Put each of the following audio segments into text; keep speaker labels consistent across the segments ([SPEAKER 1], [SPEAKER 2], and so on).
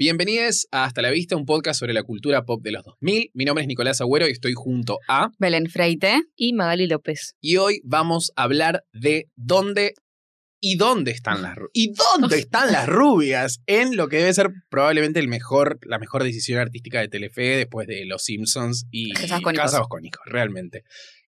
[SPEAKER 1] Bienvenidos a Hasta la Vista, un podcast sobre la cultura pop de los 2000. Mi nombre es Nicolás Agüero y estoy junto a...
[SPEAKER 2] Belén Freite.
[SPEAKER 3] y Magali López.
[SPEAKER 1] Y hoy vamos a hablar de dónde y dónde están las ru- y dónde están las rubias en lo que debe ser probablemente el mejor la mejor decisión artística de Telefe después de Los Simpsons y
[SPEAKER 2] Casados con hijos.
[SPEAKER 1] Casados con hijos, realmente.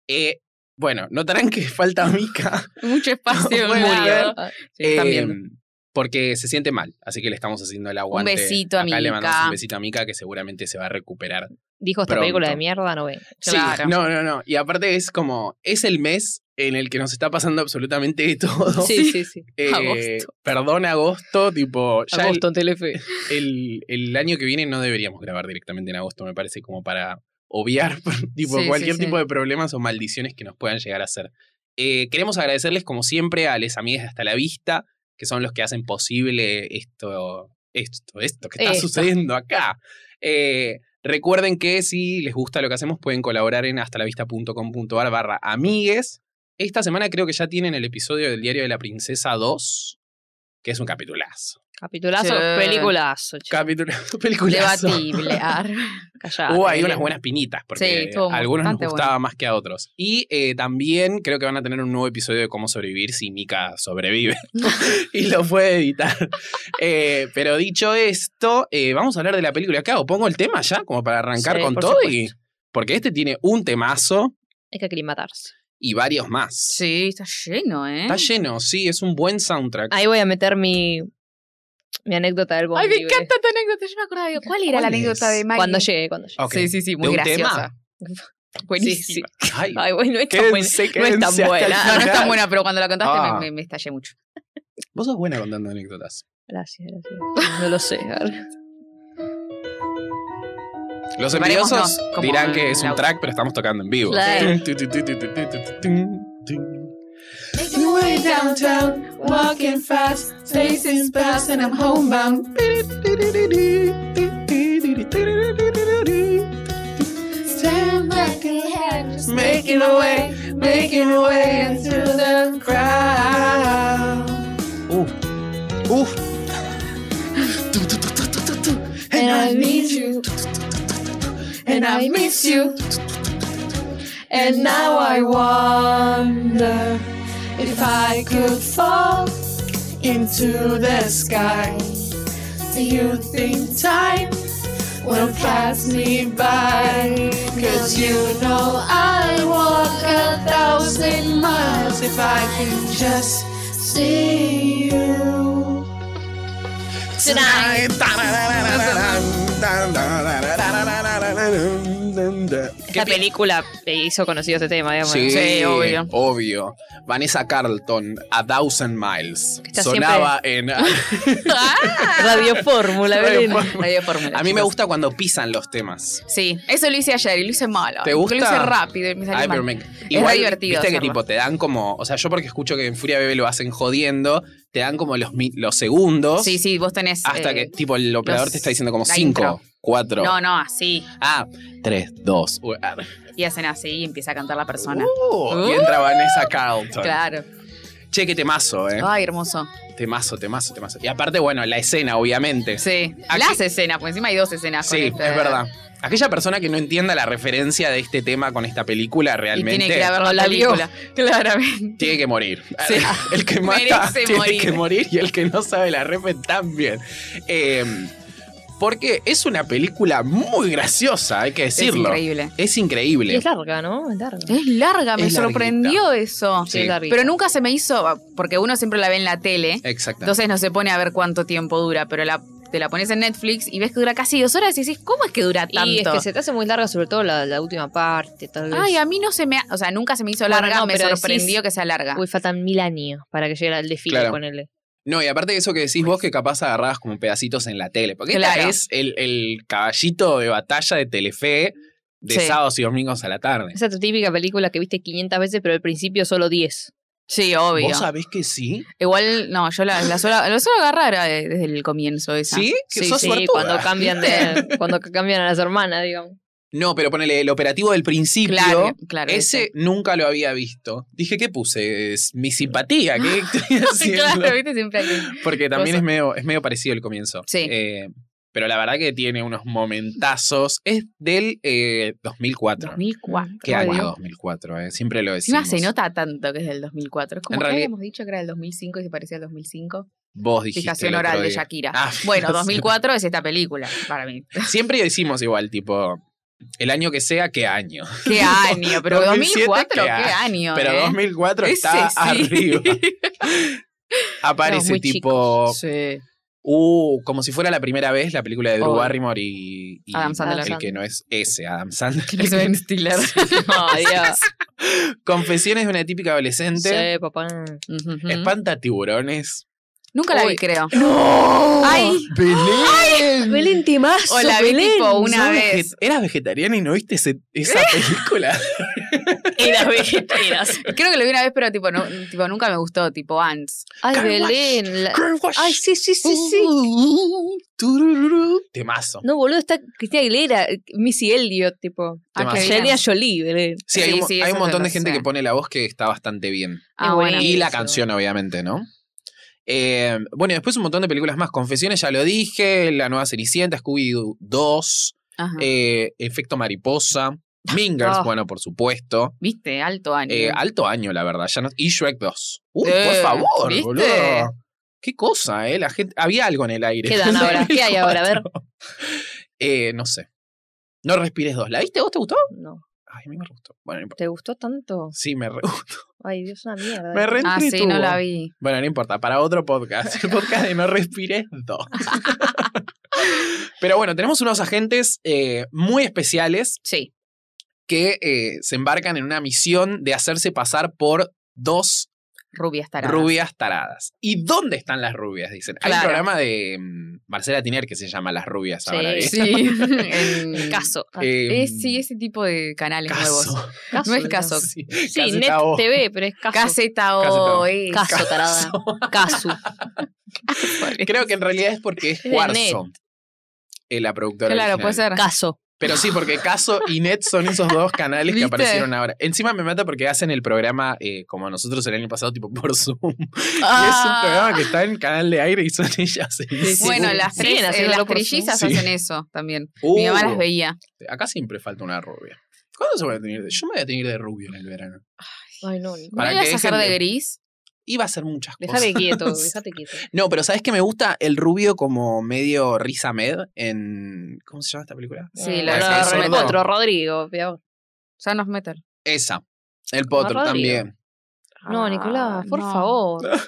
[SPEAKER 1] Eh, bueno, notarán que falta Mika
[SPEAKER 3] Mucho espacio.
[SPEAKER 1] Bueno,
[SPEAKER 3] un lado.
[SPEAKER 1] eh,
[SPEAKER 2] también.
[SPEAKER 1] porque se siente mal, así que le estamos haciendo el aguante.
[SPEAKER 2] besito a
[SPEAKER 1] Acá le mandamos
[SPEAKER 2] Mika.
[SPEAKER 1] un besito a Mika que seguramente se va a recuperar
[SPEAKER 3] Dijo esta
[SPEAKER 1] Pronto.
[SPEAKER 3] película de mierda, no ve.
[SPEAKER 1] Sí,
[SPEAKER 2] Claro.
[SPEAKER 1] no, no, no. Y aparte es como, es el mes en el que nos está pasando absolutamente de todo.
[SPEAKER 3] Sí, sí, sí.
[SPEAKER 1] Eh,
[SPEAKER 2] agosto.
[SPEAKER 1] Perdón, agosto, tipo, ya el-
[SPEAKER 3] Agosto en Telefe.
[SPEAKER 1] El, el año que viene no deberíamos grabar directamente en agosto, me parece, como para obviar tipo,
[SPEAKER 2] Sí, sí,
[SPEAKER 1] cualquier
[SPEAKER 2] sí.
[SPEAKER 1] tipo de problemas o maldiciones que nos puedan llegar a hacer. Eh, queremos agradecerles, como siempre, a les amigues de hasta la vista, que son los que hacen posible esto, esto, esto que está
[SPEAKER 3] Esto.
[SPEAKER 1] sucediendo acá. Eh, recuerden que si les gusta lo que hacemos, pueden colaborar en hastalavista.com.ar barra amigues. Esta semana creo que ya tienen el episodio del Diario de la Princesa 2, que es un capitulazo.
[SPEAKER 3] Capitulazo,
[SPEAKER 2] Sí.
[SPEAKER 3] peliculazo. che.
[SPEAKER 1] Capítulo, peliculazo.
[SPEAKER 2] Debatible. ar.
[SPEAKER 3] Callate,
[SPEAKER 2] Uh,
[SPEAKER 1] Hubo ahí
[SPEAKER 3] Belén.
[SPEAKER 1] unas buenas pinitas,
[SPEAKER 2] Sí,
[SPEAKER 1] porque
[SPEAKER 2] estuvo
[SPEAKER 1] a algunos nos
[SPEAKER 2] bastante
[SPEAKER 1] gustaba más que a otros. Y eh, también creo que van a tener un nuevo episodio de cómo sobrevivir si Mika sobrevive y lo puede editar. Eh, pero dicho esto, eh, vamos a hablar de la película. ¿Qué hago? ¿Pongo el tema ya? Como para arrancar
[SPEAKER 3] Sí,
[SPEAKER 1] con
[SPEAKER 3] por
[SPEAKER 1] todo. y-
[SPEAKER 3] supuesto.
[SPEAKER 1] porque este tiene un temazo
[SPEAKER 3] Hay que aclimatarse.
[SPEAKER 1] y varios más.
[SPEAKER 2] Sí, está lleno, ¿eh?
[SPEAKER 1] Está lleno, sí, es un buen soundtrack.
[SPEAKER 3] Ahí voy a meter mi, mi anécdota del bomb
[SPEAKER 2] Ay, me
[SPEAKER 3] libre.
[SPEAKER 2] encanta tu anécdota. Yo me acordaba. digo, ¿Cuál era
[SPEAKER 1] ¿Cuál
[SPEAKER 2] la anécdota
[SPEAKER 1] es?
[SPEAKER 2] de Maggie?
[SPEAKER 3] Cuando llegue, cuando llegue.
[SPEAKER 1] Ok.
[SPEAKER 2] Sí, sí, sí.
[SPEAKER 1] ¿De
[SPEAKER 2] Muy
[SPEAKER 1] un
[SPEAKER 2] graciosa. Buenísima.
[SPEAKER 1] Ay,
[SPEAKER 3] Ay, güey, no es tan buena.
[SPEAKER 1] quédense,
[SPEAKER 3] No es tan
[SPEAKER 1] quédense hasta el
[SPEAKER 3] buena.
[SPEAKER 2] No, no es tan
[SPEAKER 1] final.
[SPEAKER 2] buena, pero cuando la contaste
[SPEAKER 1] Ah.
[SPEAKER 2] me, me- me estallé mucho.
[SPEAKER 1] Vos sos buena contando anécdotas.
[SPEAKER 3] Gracias, gracias. No lo sé. ar.
[SPEAKER 1] Los
[SPEAKER 2] Preparémonos
[SPEAKER 1] envidiosos
[SPEAKER 2] como
[SPEAKER 1] dirán
[SPEAKER 2] el-
[SPEAKER 1] que es
[SPEAKER 2] el
[SPEAKER 1] un
[SPEAKER 2] audio.
[SPEAKER 1] track, pero estamos tocando en vivo.
[SPEAKER 3] Claro.
[SPEAKER 1] Tu, tu, tu, tu, tu, tu, tu, tu, tu.
[SPEAKER 4] Making my way downtown, walking fast, stations past, and I'm homebound. Staring back ahead, just making my way, making my way into the crowd.
[SPEAKER 1] Uf, uf. Tu, tu, tu, tu, tu, tu, tu.
[SPEAKER 4] And I need you, and I miss you. And now I wonder if I could fall into the sky. Do you think time will pass me by? Cause you know I walk a thousand miles if I can just see you.
[SPEAKER 2] Tonight.
[SPEAKER 3] Esta película le hizo conocido este tema, digamos.
[SPEAKER 1] Sí,
[SPEAKER 2] Sí,
[SPEAKER 1] obvio.
[SPEAKER 2] obvio.
[SPEAKER 1] Vanessa Carlton, A Thousand Miles.
[SPEAKER 3] Está
[SPEAKER 1] Sonaba en.
[SPEAKER 2] Ah,
[SPEAKER 3] Radio Fórmula, Belén.
[SPEAKER 2] Radio Fórmula.
[SPEAKER 1] A mí me
[SPEAKER 2] chicos.
[SPEAKER 1] gusta cuando pisan los temas.
[SPEAKER 2] Sí, eso lo hice ayer y lo hice malo.
[SPEAKER 1] ¿Te
[SPEAKER 2] Lo
[SPEAKER 1] gusta?
[SPEAKER 2] hice rápido y me salió
[SPEAKER 1] Ay, pero
[SPEAKER 2] mal.
[SPEAKER 1] me-
[SPEAKER 2] re divertido
[SPEAKER 1] Viste que
[SPEAKER 2] hacerlo.
[SPEAKER 1] tipo te dan como. O sea, yo porque escucho que en Furia Bebé lo hacen jodiendo, te dan como los, mi- los segundos.
[SPEAKER 2] Sí, sí, vos tenés.
[SPEAKER 1] Hasta
[SPEAKER 2] eh,
[SPEAKER 1] que tipo el operador
[SPEAKER 2] los-
[SPEAKER 1] te está diciendo como
[SPEAKER 2] la
[SPEAKER 1] 5,
[SPEAKER 2] intro.
[SPEAKER 1] 4.
[SPEAKER 2] No, no, así.
[SPEAKER 1] Ah, 3, 2.
[SPEAKER 2] Y hacen así y empieza a cantar la persona.
[SPEAKER 1] Uh,
[SPEAKER 2] Uh.
[SPEAKER 1] Y entra Vanessa Carlton.
[SPEAKER 2] Claro. Oh.
[SPEAKER 1] Che, qué temazo, eh.
[SPEAKER 2] Ay, hermoso.
[SPEAKER 1] Temazo, temazo, temazo. Y aparte, bueno, la escena, obviamente.
[SPEAKER 2] Sí.
[SPEAKER 1] Aquí-
[SPEAKER 2] Las escenas, porque encima hay dos escenas. con
[SPEAKER 1] Sí, es
[SPEAKER 2] este-
[SPEAKER 1] verdad. Aquella persona que no entienda la referencia de este tema con esta película
[SPEAKER 2] Y
[SPEAKER 1] realmente
[SPEAKER 2] tiene que ir a ver la
[SPEAKER 3] No la vio.
[SPEAKER 2] película. Claramente.
[SPEAKER 1] tiene que morir.
[SPEAKER 2] Sí.
[SPEAKER 1] El que mata
[SPEAKER 2] Merece
[SPEAKER 1] tiene
[SPEAKER 2] morir.
[SPEAKER 1] que morir y el que no sabe la refe también. Eh, porque es una película muy graciosa, hay que
[SPEAKER 2] Es
[SPEAKER 1] decirlo.
[SPEAKER 2] increíble.
[SPEAKER 1] Es increíble.
[SPEAKER 3] Y es larga, ¿no? Es larga.
[SPEAKER 2] Es larga, me
[SPEAKER 1] Es larguita.
[SPEAKER 2] sorprendió eso.
[SPEAKER 1] Sí.
[SPEAKER 3] Es larguita.
[SPEAKER 2] Pero nunca se me hizo, porque uno siempre la ve en la tele,
[SPEAKER 1] Exacto.
[SPEAKER 2] entonces no se pone a ver cuánto tiempo dura, pero la, te la pones en Netflix y ves que dura casi dos horas y decís, ¿cómo es que dura tanto?
[SPEAKER 3] Y es que se te hace muy larga, sobre todo la, la última parte, tal vez.
[SPEAKER 2] Ay, a mí no se me, ha- o sea, nunca se me hizo
[SPEAKER 3] Bueno,
[SPEAKER 2] larga,
[SPEAKER 3] no,
[SPEAKER 2] me
[SPEAKER 3] pero
[SPEAKER 2] sorprendió
[SPEAKER 3] decís-
[SPEAKER 2] que sea larga.
[SPEAKER 3] Uy, faltan mil años para que llegue al desfile
[SPEAKER 1] Claro.
[SPEAKER 3] con él.
[SPEAKER 1] No, y aparte de eso que decís vos, que capaz agarrabas como pedacitos en la tele. Porque esta
[SPEAKER 2] Claro.
[SPEAKER 1] es el, el caballito de batalla de Telefe de
[SPEAKER 2] Sí.
[SPEAKER 1] sábados y domingos a la tarde.
[SPEAKER 3] Esa tu típica película que viste 500 veces, pero al principio solo 10.
[SPEAKER 2] Sí, obvio.
[SPEAKER 1] ¿Vos sabés que sí?
[SPEAKER 2] Igual, no, yo la, la suelo, la suelo agarrar eh, desde el comienzo esa.
[SPEAKER 1] ¿Sí? Que sos
[SPEAKER 3] sí,
[SPEAKER 1] suertuda.
[SPEAKER 3] cuando cambian de, cuando ca- cambian a las hermanas, digamos.
[SPEAKER 1] No, pero ponele el operativo del principio.
[SPEAKER 2] Claro, claro.
[SPEAKER 1] Ese nunca lo había visto. Dije, ¿qué puse? Es mi simpatía. ¿Qué estoy
[SPEAKER 2] ese.
[SPEAKER 1] haciendo?
[SPEAKER 2] claro, viste, siempre hay-
[SPEAKER 1] Porque también
[SPEAKER 2] cosa.
[SPEAKER 1] es medio, es medio parecido el comienzo.
[SPEAKER 2] Sí.
[SPEAKER 1] Eh, pero la verdad que tiene unos momentazos. Es del eh, 2004.
[SPEAKER 2] 2004.
[SPEAKER 1] ¿Qué
[SPEAKER 2] Ay,
[SPEAKER 1] año
[SPEAKER 2] Dios.
[SPEAKER 1] 2004? eh? Siempre lo
[SPEAKER 2] Encima
[SPEAKER 1] decimos.
[SPEAKER 2] se nota tanto que es del 2004. Es como
[SPEAKER 1] En
[SPEAKER 2] que
[SPEAKER 1] realidad-
[SPEAKER 2] habíamos dicho que era del 2005 y se parecía al 2005.
[SPEAKER 1] Vos dijiste. el
[SPEAKER 2] Fijación
[SPEAKER 1] otro
[SPEAKER 2] oral de
[SPEAKER 1] día.
[SPEAKER 2] Shakira.
[SPEAKER 1] Ah,
[SPEAKER 2] Bueno,
[SPEAKER 1] sí.
[SPEAKER 2] 2004 es esta película para mí.
[SPEAKER 1] Siempre decimos igual, tipo, el año que sea, ¿qué año?
[SPEAKER 2] Qué año, pero
[SPEAKER 1] 2007,
[SPEAKER 2] 2004, qué
[SPEAKER 1] qué a-
[SPEAKER 2] año.
[SPEAKER 1] Pero
[SPEAKER 2] ¿eh?
[SPEAKER 1] 2004
[SPEAKER 2] Ese
[SPEAKER 1] está
[SPEAKER 2] sí.
[SPEAKER 1] arriba.
[SPEAKER 3] Éramos
[SPEAKER 1] Aparece
[SPEAKER 3] muy
[SPEAKER 1] tipo,
[SPEAKER 2] Sí.
[SPEAKER 1] uh, como si fuera la primera vez la película de Drew
[SPEAKER 3] Oh.
[SPEAKER 1] Barrymore y, y
[SPEAKER 2] Adam Sandler.
[SPEAKER 1] el que no es ese, Adam Sandler.
[SPEAKER 2] Que es Ben Stiller.
[SPEAKER 3] No, Dios.
[SPEAKER 1] Confesiones de una típica adolescente.
[SPEAKER 3] Sí, papá.
[SPEAKER 2] Ujú, ujú.
[SPEAKER 1] Espanta tiburones.
[SPEAKER 2] Nunca la vi,
[SPEAKER 3] Uy.
[SPEAKER 2] creo.
[SPEAKER 1] ¡No!
[SPEAKER 2] Ay.
[SPEAKER 1] ¡Belén!
[SPEAKER 3] Belén Timazo,
[SPEAKER 2] O la vi
[SPEAKER 3] Belén.
[SPEAKER 2] tipo una
[SPEAKER 1] ¿Sos
[SPEAKER 2] vez.
[SPEAKER 1] veget- ¿Eras vegetariana y no viste ese- esa película?
[SPEAKER 3] Eras vegetarianas.
[SPEAKER 2] Creo que la vi una vez, pero tipo, no, tipo nunca me gustó, tipo Ants.
[SPEAKER 3] Ay,
[SPEAKER 1] Car wash.
[SPEAKER 3] Belén. la-
[SPEAKER 1] Car wash.
[SPEAKER 3] Ay, sí, sí, sí, sí.
[SPEAKER 1] Uh, tururú. Temazo.
[SPEAKER 3] No, boludo, está Cristina Aguilera, Missy Elliot, tipo.
[SPEAKER 1] Ah,
[SPEAKER 3] Ah,
[SPEAKER 1] qué
[SPEAKER 2] bien.
[SPEAKER 3] Jolie, Belén.
[SPEAKER 1] Sí, hay,
[SPEAKER 2] Sí,
[SPEAKER 1] un,
[SPEAKER 2] sí,
[SPEAKER 1] hay un
[SPEAKER 2] eso
[SPEAKER 1] montón de
[SPEAKER 2] se lo
[SPEAKER 1] gente
[SPEAKER 2] sé.
[SPEAKER 1] que pone la voz que está bastante bien.
[SPEAKER 2] Ah,
[SPEAKER 3] Qué
[SPEAKER 2] bueno.
[SPEAKER 1] Y la
[SPEAKER 3] Eso.
[SPEAKER 1] canción, obviamente, ¿no? Eh, bueno, y después un montón de películas más. Confesiones, ya lo dije. La nueva Cenicienta, Scooby-Doo 2,
[SPEAKER 2] Ajá.
[SPEAKER 1] eh, Efecto Mariposa, Mingers,
[SPEAKER 3] Ah.
[SPEAKER 1] bueno, por supuesto.
[SPEAKER 2] Viste, alto año.
[SPEAKER 1] Eh, alto año, la verdad. Ya no- y Shrek 2. Uy, por
[SPEAKER 2] Eh,
[SPEAKER 1] favor,
[SPEAKER 2] ¿viste?
[SPEAKER 1] boludo. Qué cosa, ¿eh? La gente, había algo en el aire.
[SPEAKER 3] ¿Qué dan ahora? ¿Qué hay ahora? A ver.
[SPEAKER 1] Eh, no sé. No respires 2. ¿La viste? ¿Vos te gustó?
[SPEAKER 3] No.
[SPEAKER 1] Ay, a mí me gustó. Bueno, no importa.
[SPEAKER 3] ¿Te gustó tanto?
[SPEAKER 1] Sí, me re-
[SPEAKER 3] Ay, Dios, una mierda.
[SPEAKER 1] Me re-
[SPEAKER 2] ah, sí, no
[SPEAKER 1] entretuvo.
[SPEAKER 2] la vi.
[SPEAKER 1] Bueno, no importa, para otro podcast. El podcast de No Respires 2. Pero bueno, tenemos unos agentes eh, muy especiales
[SPEAKER 2] Sí.
[SPEAKER 1] que eh, se embarcan en una misión de hacerse pasar por dos
[SPEAKER 2] Rubia estará.
[SPEAKER 1] rubias taradas. ¿Y dónde están las rubias? Dicen. Hay un
[SPEAKER 2] Claro.
[SPEAKER 1] programa de mm, Marcela Tiner que se llama Las Rubias
[SPEAKER 3] Sí,
[SPEAKER 1] ahora.
[SPEAKER 2] Sí. en caso.
[SPEAKER 3] Caso. Ah,
[SPEAKER 1] Eh,
[SPEAKER 2] Es- sí, ese tipo de canales nuevos.
[SPEAKER 1] caso.
[SPEAKER 3] caso,
[SPEAKER 2] No es
[SPEAKER 3] ¿verdad?
[SPEAKER 2] caso.
[SPEAKER 1] Sí,
[SPEAKER 3] Sí,
[SPEAKER 1] Caseta
[SPEAKER 3] Net
[SPEAKER 1] O.
[SPEAKER 3] TV, pero es caso.
[SPEAKER 2] Caseta
[SPEAKER 1] Caseta O.
[SPEAKER 2] O. eh.
[SPEAKER 3] Caso, tarada. Caso.
[SPEAKER 1] Creo que en realidad es porque es
[SPEAKER 3] de Net.
[SPEAKER 1] Cuarzo. eh, la productora.
[SPEAKER 2] Claro,
[SPEAKER 1] original.
[SPEAKER 2] puede ser.
[SPEAKER 3] Caso.
[SPEAKER 1] Pero sí, porque Caso y Net son esos dos canales que
[SPEAKER 2] ¿Viste?
[SPEAKER 1] aparecieron ahora. Encima me mata porque hacen el programa eh, como nosotros el año pasado, tipo por Zoom. Y es un programa que está en canal de aire y son ellas. en
[SPEAKER 3] Ah. Sí, sí.
[SPEAKER 1] Zoom.
[SPEAKER 2] Ah. Bueno, las,
[SPEAKER 3] Siguen
[SPEAKER 2] tres, eh,
[SPEAKER 3] haciéndolo
[SPEAKER 2] las
[SPEAKER 3] por Zoom.
[SPEAKER 2] trillizas
[SPEAKER 1] Sí.
[SPEAKER 2] hacen eso también.
[SPEAKER 1] Uh,
[SPEAKER 2] Mi mamá las veía.
[SPEAKER 1] Este, Acá siempre falta una rubia. ¿Cuándo se van a tener de- Yo me voy a tener de rubio en el verano.
[SPEAKER 3] Ay, no. Nico.
[SPEAKER 2] ¿No
[SPEAKER 1] Para
[SPEAKER 2] ibas
[SPEAKER 1] que
[SPEAKER 2] a hacer
[SPEAKER 1] dejen
[SPEAKER 2] de
[SPEAKER 1] de-
[SPEAKER 2] gris?
[SPEAKER 1] Iba a hacer muchas cosas.
[SPEAKER 3] Déjate quieto, déjate quieto.
[SPEAKER 1] No, pero ¿sabes qué me gusta? El rubio como medio Risa Med en. ¿Cómo se llama esta película?
[SPEAKER 2] Sí,
[SPEAKER 1] la-
[SPEAKER 3] Bueno,
[SPEAKER 1] la-
[SPEAKER 3] re-
[SPEAKER 1] sordo.
[SPEAKER 3] otro, Rodrigo. peor.
[SPEAKER 2] Ya nos meten.
[SPEAKER 1] Esa. El Potro
[SPEAKER 3] Rodrigo.
[SPEAKER 1] también.
[SPEAKER 3] No,
[SPEAKER 2] Ah,
[SPEAKER 3] Nicolás, por
[SPEAKER 2] no.
[SPEAKER 3] favor.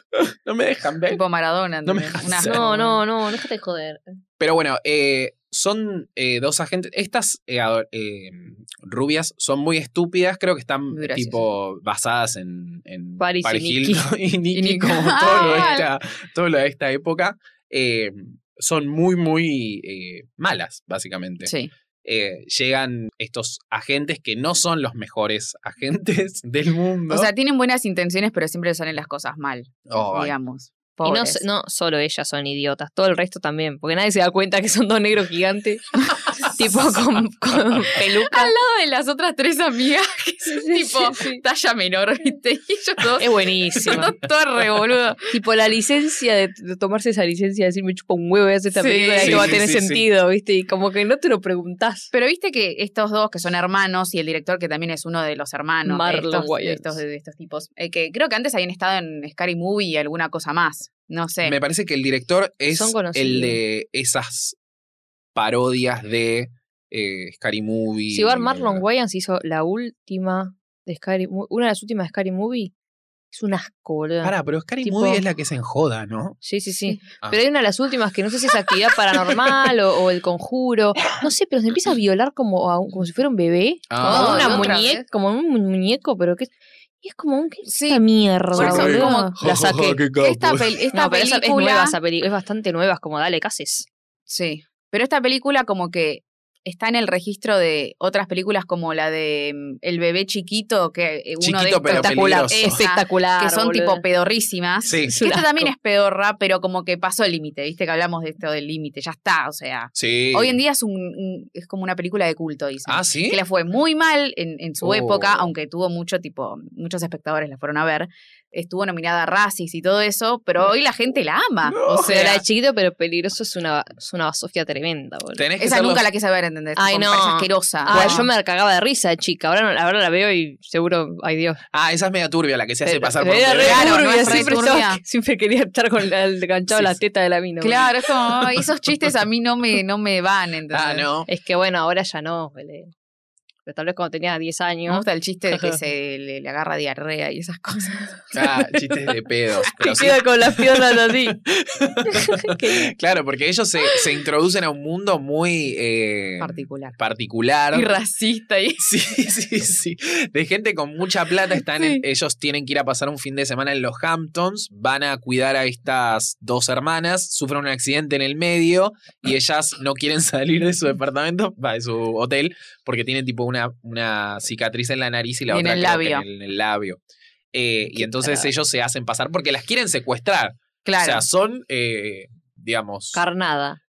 [SPEAKER 1] No me dejan ver.
[SPEAKER 2] Tipo Maradona.
[SPEAKER 1] ¿Eh? No me
[SPEAKER 2] ¿entendés?
[SPEAKER 1] hagas
[SPEAKER 2] Una-
[SPEAKER 3] No, no, no, déjate de joder.
[SPEAKER 1] Pero bueno, eh, son eh, dos agentes. Estas eh, ado- eh, rubias son muy estúpidas. Creo que están
[SPEAKER 2] Muy graciosas.
[SPEAKER 1] tipo basadas en, en
[SPEAKER 3] Paris y
[SPEAKER 1] Hilton y Nicky,
[SPEAKER 2] Nicky.
[SPEAKER 1] como todo lo, de
[SPEAKER 2] Ah.
[SPEAKER 1] esta, todo lo de esta época. Eh, son muy, muy eh, malas, básicamente.
[SPEAKER 2] Sí.
[SPEAKER 1] Eh, llegan estos agentes que no son los mejores agentes del mundo.
[SPEAKER 2] O sea, tienen buenas intenciones, pero siempre salen las cosas mal,
[SPEAKER 1] Oh,
[SPEAKER 2] digamos.
[SPEAKER 3] Y no,
[SPEAKER 2] Pobres.
[SPEAKER 3] s- no solo ellas son idiotas, todo el resto también, porque nadie se da cuenta que son dos negros gigantes, tipo con, con peluca.
[SPEAKER 2] Al lado de las otras tres amigas, que son tipo talla menor, ¿viste? Y ellos dos,
[SPEAKER 3] Es buenísima.
[SPEAKER 2] son todos re boludo.
[SPEAKER 3] tipo la licencia de, de tomarse esa licencia de decir me chupa un huevo y hace esta
[SPEAKER 2] Sí.
[SPEAKER 3] película que
[SPEAKER 1] Sí,
[SPEAKER 3] va a
[SPEAKER 1] sí,
[SPEAKER 3] tener
[SPEAKER 1] sí, sí.
[SPEAKER 3] sentido, ¿viste? Y como que no te lo preguntás.
[SPEAKER 2] Pero viste que estos dos que son hermanos y el director que también es uno de los hermanos de
[SPEAKER 3] Marlon
[SPEAKER 2] estos, de
[SPEAKER 3] Wayans.
[SPEAKER 2] estos, de estos tipos, eh, que creo que antes habían estado en Scary Movie y alguna cosa más. No sé.
[SPEAKER 1] Me parece que el director es
[SPEAKER 3] Son conocidos.
[SPEAKER 1] el de esas parodias de eh, Scary Movie.
[SPEAKER 3] Si va Marlon Wayans hizo la última de Scary Mo- una de las últimas de Scary Movie, es un asco, boludo.
[SPEAKER 1] Pará, pero Scary
[SPEAKER 3] Tipo-
[SPEAKER 1] Movie es la que se enjoda, ¿no?
[SPEAKER 3] Sí, sí, sí.
[SPEAKER 2] Sí.
[SPEAKER 1] Ah.
[SPEAKER 3] Pero hay una de las últimas que no sé si es actividad paranormal o, o el conjuro. No sé, pero se empieza a violar como, a un- como si fuera un bebé.
[SPEAKER 1] Ah.
[SPEAKER 3] como, a
[SPEAKER 1] Ay,
[SPEAKER 3] una
[SPEAKER 2] ¿otra
[SPEAKER 3] muñeca,
[SPEAKER 2] vez?
[SPEAKER 3] como un mu- muñeco, pero que es. Y es como un. ¿Qué es
[SPEAKER 2] Sí.
[SPEAKER 3] esta mierda,
[SPEAKER 2] Por eso
[SPEAKER 1] Sí.
[SPEAKER 3] boludo?
[SPEAKER 2] como-
[SPEAKER 1] Ja, ja, ja,
[SPEAKER 3] La saqué.
[SPEAKER 1] qué capo.
[SPEAKER 2] Esta, pel- esta
[SPEAKER 3] No, pero esa
[SPEAKER 2] película.
[SPEAKER 3] es nueva esa película. Es bastante nueva, es como, dale, ¿qué haces?
[SPEAKER 2] Sí. Pero esta película como que está en el registro de otras películas como la de mm, El bebé chiquito, que eh, uno de
[SPEAKER 1] Chiquito
[SPEAKER 2] estos
[SPEAKER 1] pero
[SPEAKER 3] Espectacular.
[SPEAKER 1] peligroso.
[SPEAKER 2] Esa,
[SPEAKER 3] Espectacular.
[SPEAKER 2] que son
[SPEAKER 3] boludo.
[SPEAKER 2] tipo pedorrísimas.
[SPEAKER 1] Sí,
[SPEAKER 3] Es
[SPEAKER 2] Que
[SPEAKER 3] un
[SPEAKER 2] esta también
[SPEAKER 3] asco.
[SPEAKER 2] es pedorra, pero como que pasó el límite, viste que hablamos de esto del límite, ya está, o sea.
[SPEAKER 1] sí.
[SPEAKER 2] Hoy en día es un, un- es como una película de culto, dicen.
[SPEAKER 1] Ah, sí.
[SPEAKER 2] Que le fue muy mal en, en su época,
[SPEAKER 1] Oh.
[SPEAKER 2] aunque tuvo mucho tipo, muchos espectadores la fueron a ver. estuvo nominada a Razzies y todo eso, pero hoy la gente la ama.
[SPEAKER 1] No.
[SPEAKER 2] O
[SPEAKER 3] O sea,
[SPEAKER 2] sea,
[SPEAKER 3] la de chiquito, pero peligroso es una, es una basofia tremenda, boludo.
[SPEAKER 1] Tenés que
[SPEAKER 2] esa
[SPEAKER 1] ser
[SPEAKER 2] nunca
[SPEAKER 1] los-
[SPEAKER 2] la quise ver, ¿entendés?
[SPEAKER 3] Ay,
[SPEAKER 2] Tipo, me
[SPEAKER 3] no.
[SPEAKER 2] parece asquerosa.
[SPEAKER 3] Ah,
[SPEAKER 2] Bueno.
[SPEAKER 3] yo me cagaba de risa, de chica. Ahora, no, ahora la veo y seguro, ay Dios. Eh,
[SPEAKER 1] Ah, esa es media turbia la que se hace pasar por un
[SPEAKER 3] Era re
[SPEAKER 1] bebé.
[SPEAKER 2] Claro, no
[SPEAKER 3] turbia,
[SPEAKER 2] es re
[SPEAKER 3] siempre,
[SPEAKER 2] turbia.
[SPEAKER 3] estaba- siempre quería estar con la, el ganchado
[SPEAKER 1] Sí,
[SPEAKER 3] la
[SPEAKER 1] sí.
[SPEAKER 3] teta de la mina. boludo.
[SPEAKER 2] Claro, es como, "Ay, esos chistes a mí no me, no me van, ¿entendés?
[SPEAKER 1] Ah, no.
[SPEAKER 3] Es que bueno, ahora ya no, Belén. Pero tal vez cuando tenía 10
[SPEAKER 2] Me
[SPEAKER 3] años.
[SPEAKER 2] gusta el chiste de que se le, le agarra diarrea y esas cosas.
[SPEAKER 1] Ah, chistes de pedos.
[SPEAKER 3] Te
[SPEAKER 1] Pero sí.
[SPEAKER 3] queda con las piernas así. Que-
[SPEAKER 1] Claro, porque ellos se, se introducen a un mundo muy eh,
[SPEAKER 2] Particular.
[SPEAKER 1] particular.
[SPEAKER 2] Y racista y
[SPEAKER 1] Sí, sí, sí. De gente con mucha plata están en- ellos tienen que ir a pasar un fin de semana en los Hamptons, van a cuidar a estas dos hermanas, sufren un accidente en el medio y ellas no quieren salir de su departamento, va, de su hotel, porque tienen tipo una, una cicatriz en la nariz y la
[SPEAKER 2] Y en
[SPEAKER 1] otra
[SPEAKER 2] el
[SPEAKER 1] creo que
[SPEAKER 2] labio.
[SPEAKER 1] en el, en el labio. Eh, y
[SPEAKER 3] Qué
[SPEAKER 1] entonces
[SPEAKER 3] tarado.
[SPEAKER 1] ellos se hacen pasar porque las quieren secuestrar.
[SPEAKER 2] Claro.
[SPEAKER 1] O sea, son, eh, digamos,
[SPEAKER 3] Carnada.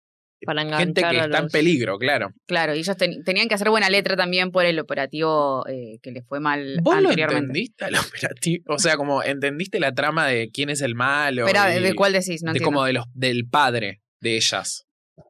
[SPEAKER 3] Para enganchar
[SPEAKER 1] gente que
[SPEAKER 3] a
[SPEAKER 1] está en
[SPEAKER 3] los-
[SPEAKER 1] peligro, claro.
[SPEAKER 2] Claro, y ellos ten- tenían que hacer buena letra también por el operativo eh, que les fue mal
[SPEAKER 1] ¿Vos lo
[SPEAKER 2] anteriormente.
[SPEAKER 1] entendiste al operativo? O sea, como entendiste la trama de quién es el malo.
[SPEAKER 2] Pero,
[SPEAKER 1] y-
[SPEAKER 2] ¿de cuál decís? No
[SPEAKER 1] de
[SPEAKER 2] entiendo.
[SPEAKER 1] como de los, del padre de ellas.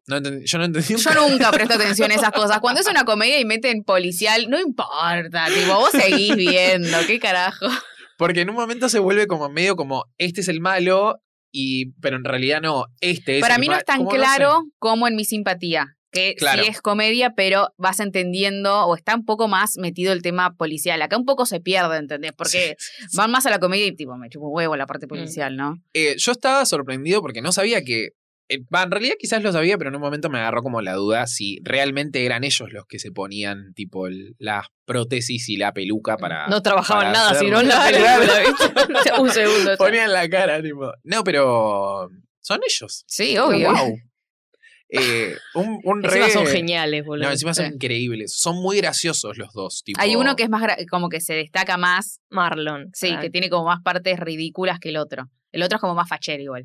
[SPEAKER 1] No enten- yo no entendí.
[SPEAKER 2] Yo nunca presto atención a esas cosas. Cuando es una comedia y meten policial, no importa. Tipo, vos seguís viendo, qué carajo.
[SPEAKER 1] Porque en un momento se vuelve como medio como este es el malo, y pero en realidad no, este es
[SPEAKER 2] Para
[SPEAKER 1] el
[SPEAKER 2] mí no
[SPEAKER 1] ma-
[SPEAKER 2] es tan
[SPEAKER 1] como no sé.
[SPEAKER 2] claro como en mi simpatía. Que
[SPEAKER 1] Claro.
[SPEAKER 2] sí es comedia, pero vas entendiendo o está un poco más metido el tema policial. Acá un poco se pierde, ¿entendés? Porque van más a la comedia y tipo, me chupo un huevo la parte
[SPEAKER 3] Mm.
[SPEAKER 2] policial, ¿no?
[SPEAKER 1] Eh, yo estaba sorprendido porque no sabía que. eh, va, en realidad quizás lo sabía, pero en un momento me agarró como la duda si realmente eran ellos los que se ponían tipo el- las prótesis y la peluca para.
[SPEAKER 3] No trabajaban
[SPEAKER 1] Ah, para
[SPEAKER 3] nada,
[SPEAKER 1] hacerlo.
[SPEAKER 3] sino en la película, ¿viste? Un segundo.
[SPEAKER 1] Ponían la cara, tipo. No, pero. Son ellos.
[SPEAKER 2] Sí, obvio.
[SPEAKER 1] Wow. Eh, un un
[SPEAKER 3] Encima
[SPEAKER 1] re-
[SPEAKER 3] son geniales, boludo.
[SPEAKER 1] No, encima son
[SPEAKER 2] Sí.
[SPEAKER 1] increíbles. Son muy graciosos los dos. Tipo,
[SPEAKER 2] Hay uno que es más gra- como que se destaca más,
[SPEAKER 3] Marlon.
[SPEAKER 2] sí,
[SPEAKER 3] Ah,
[SPEAKER 2] que tiene como más partes ridículas que el otro. El otro es como más fachero igual.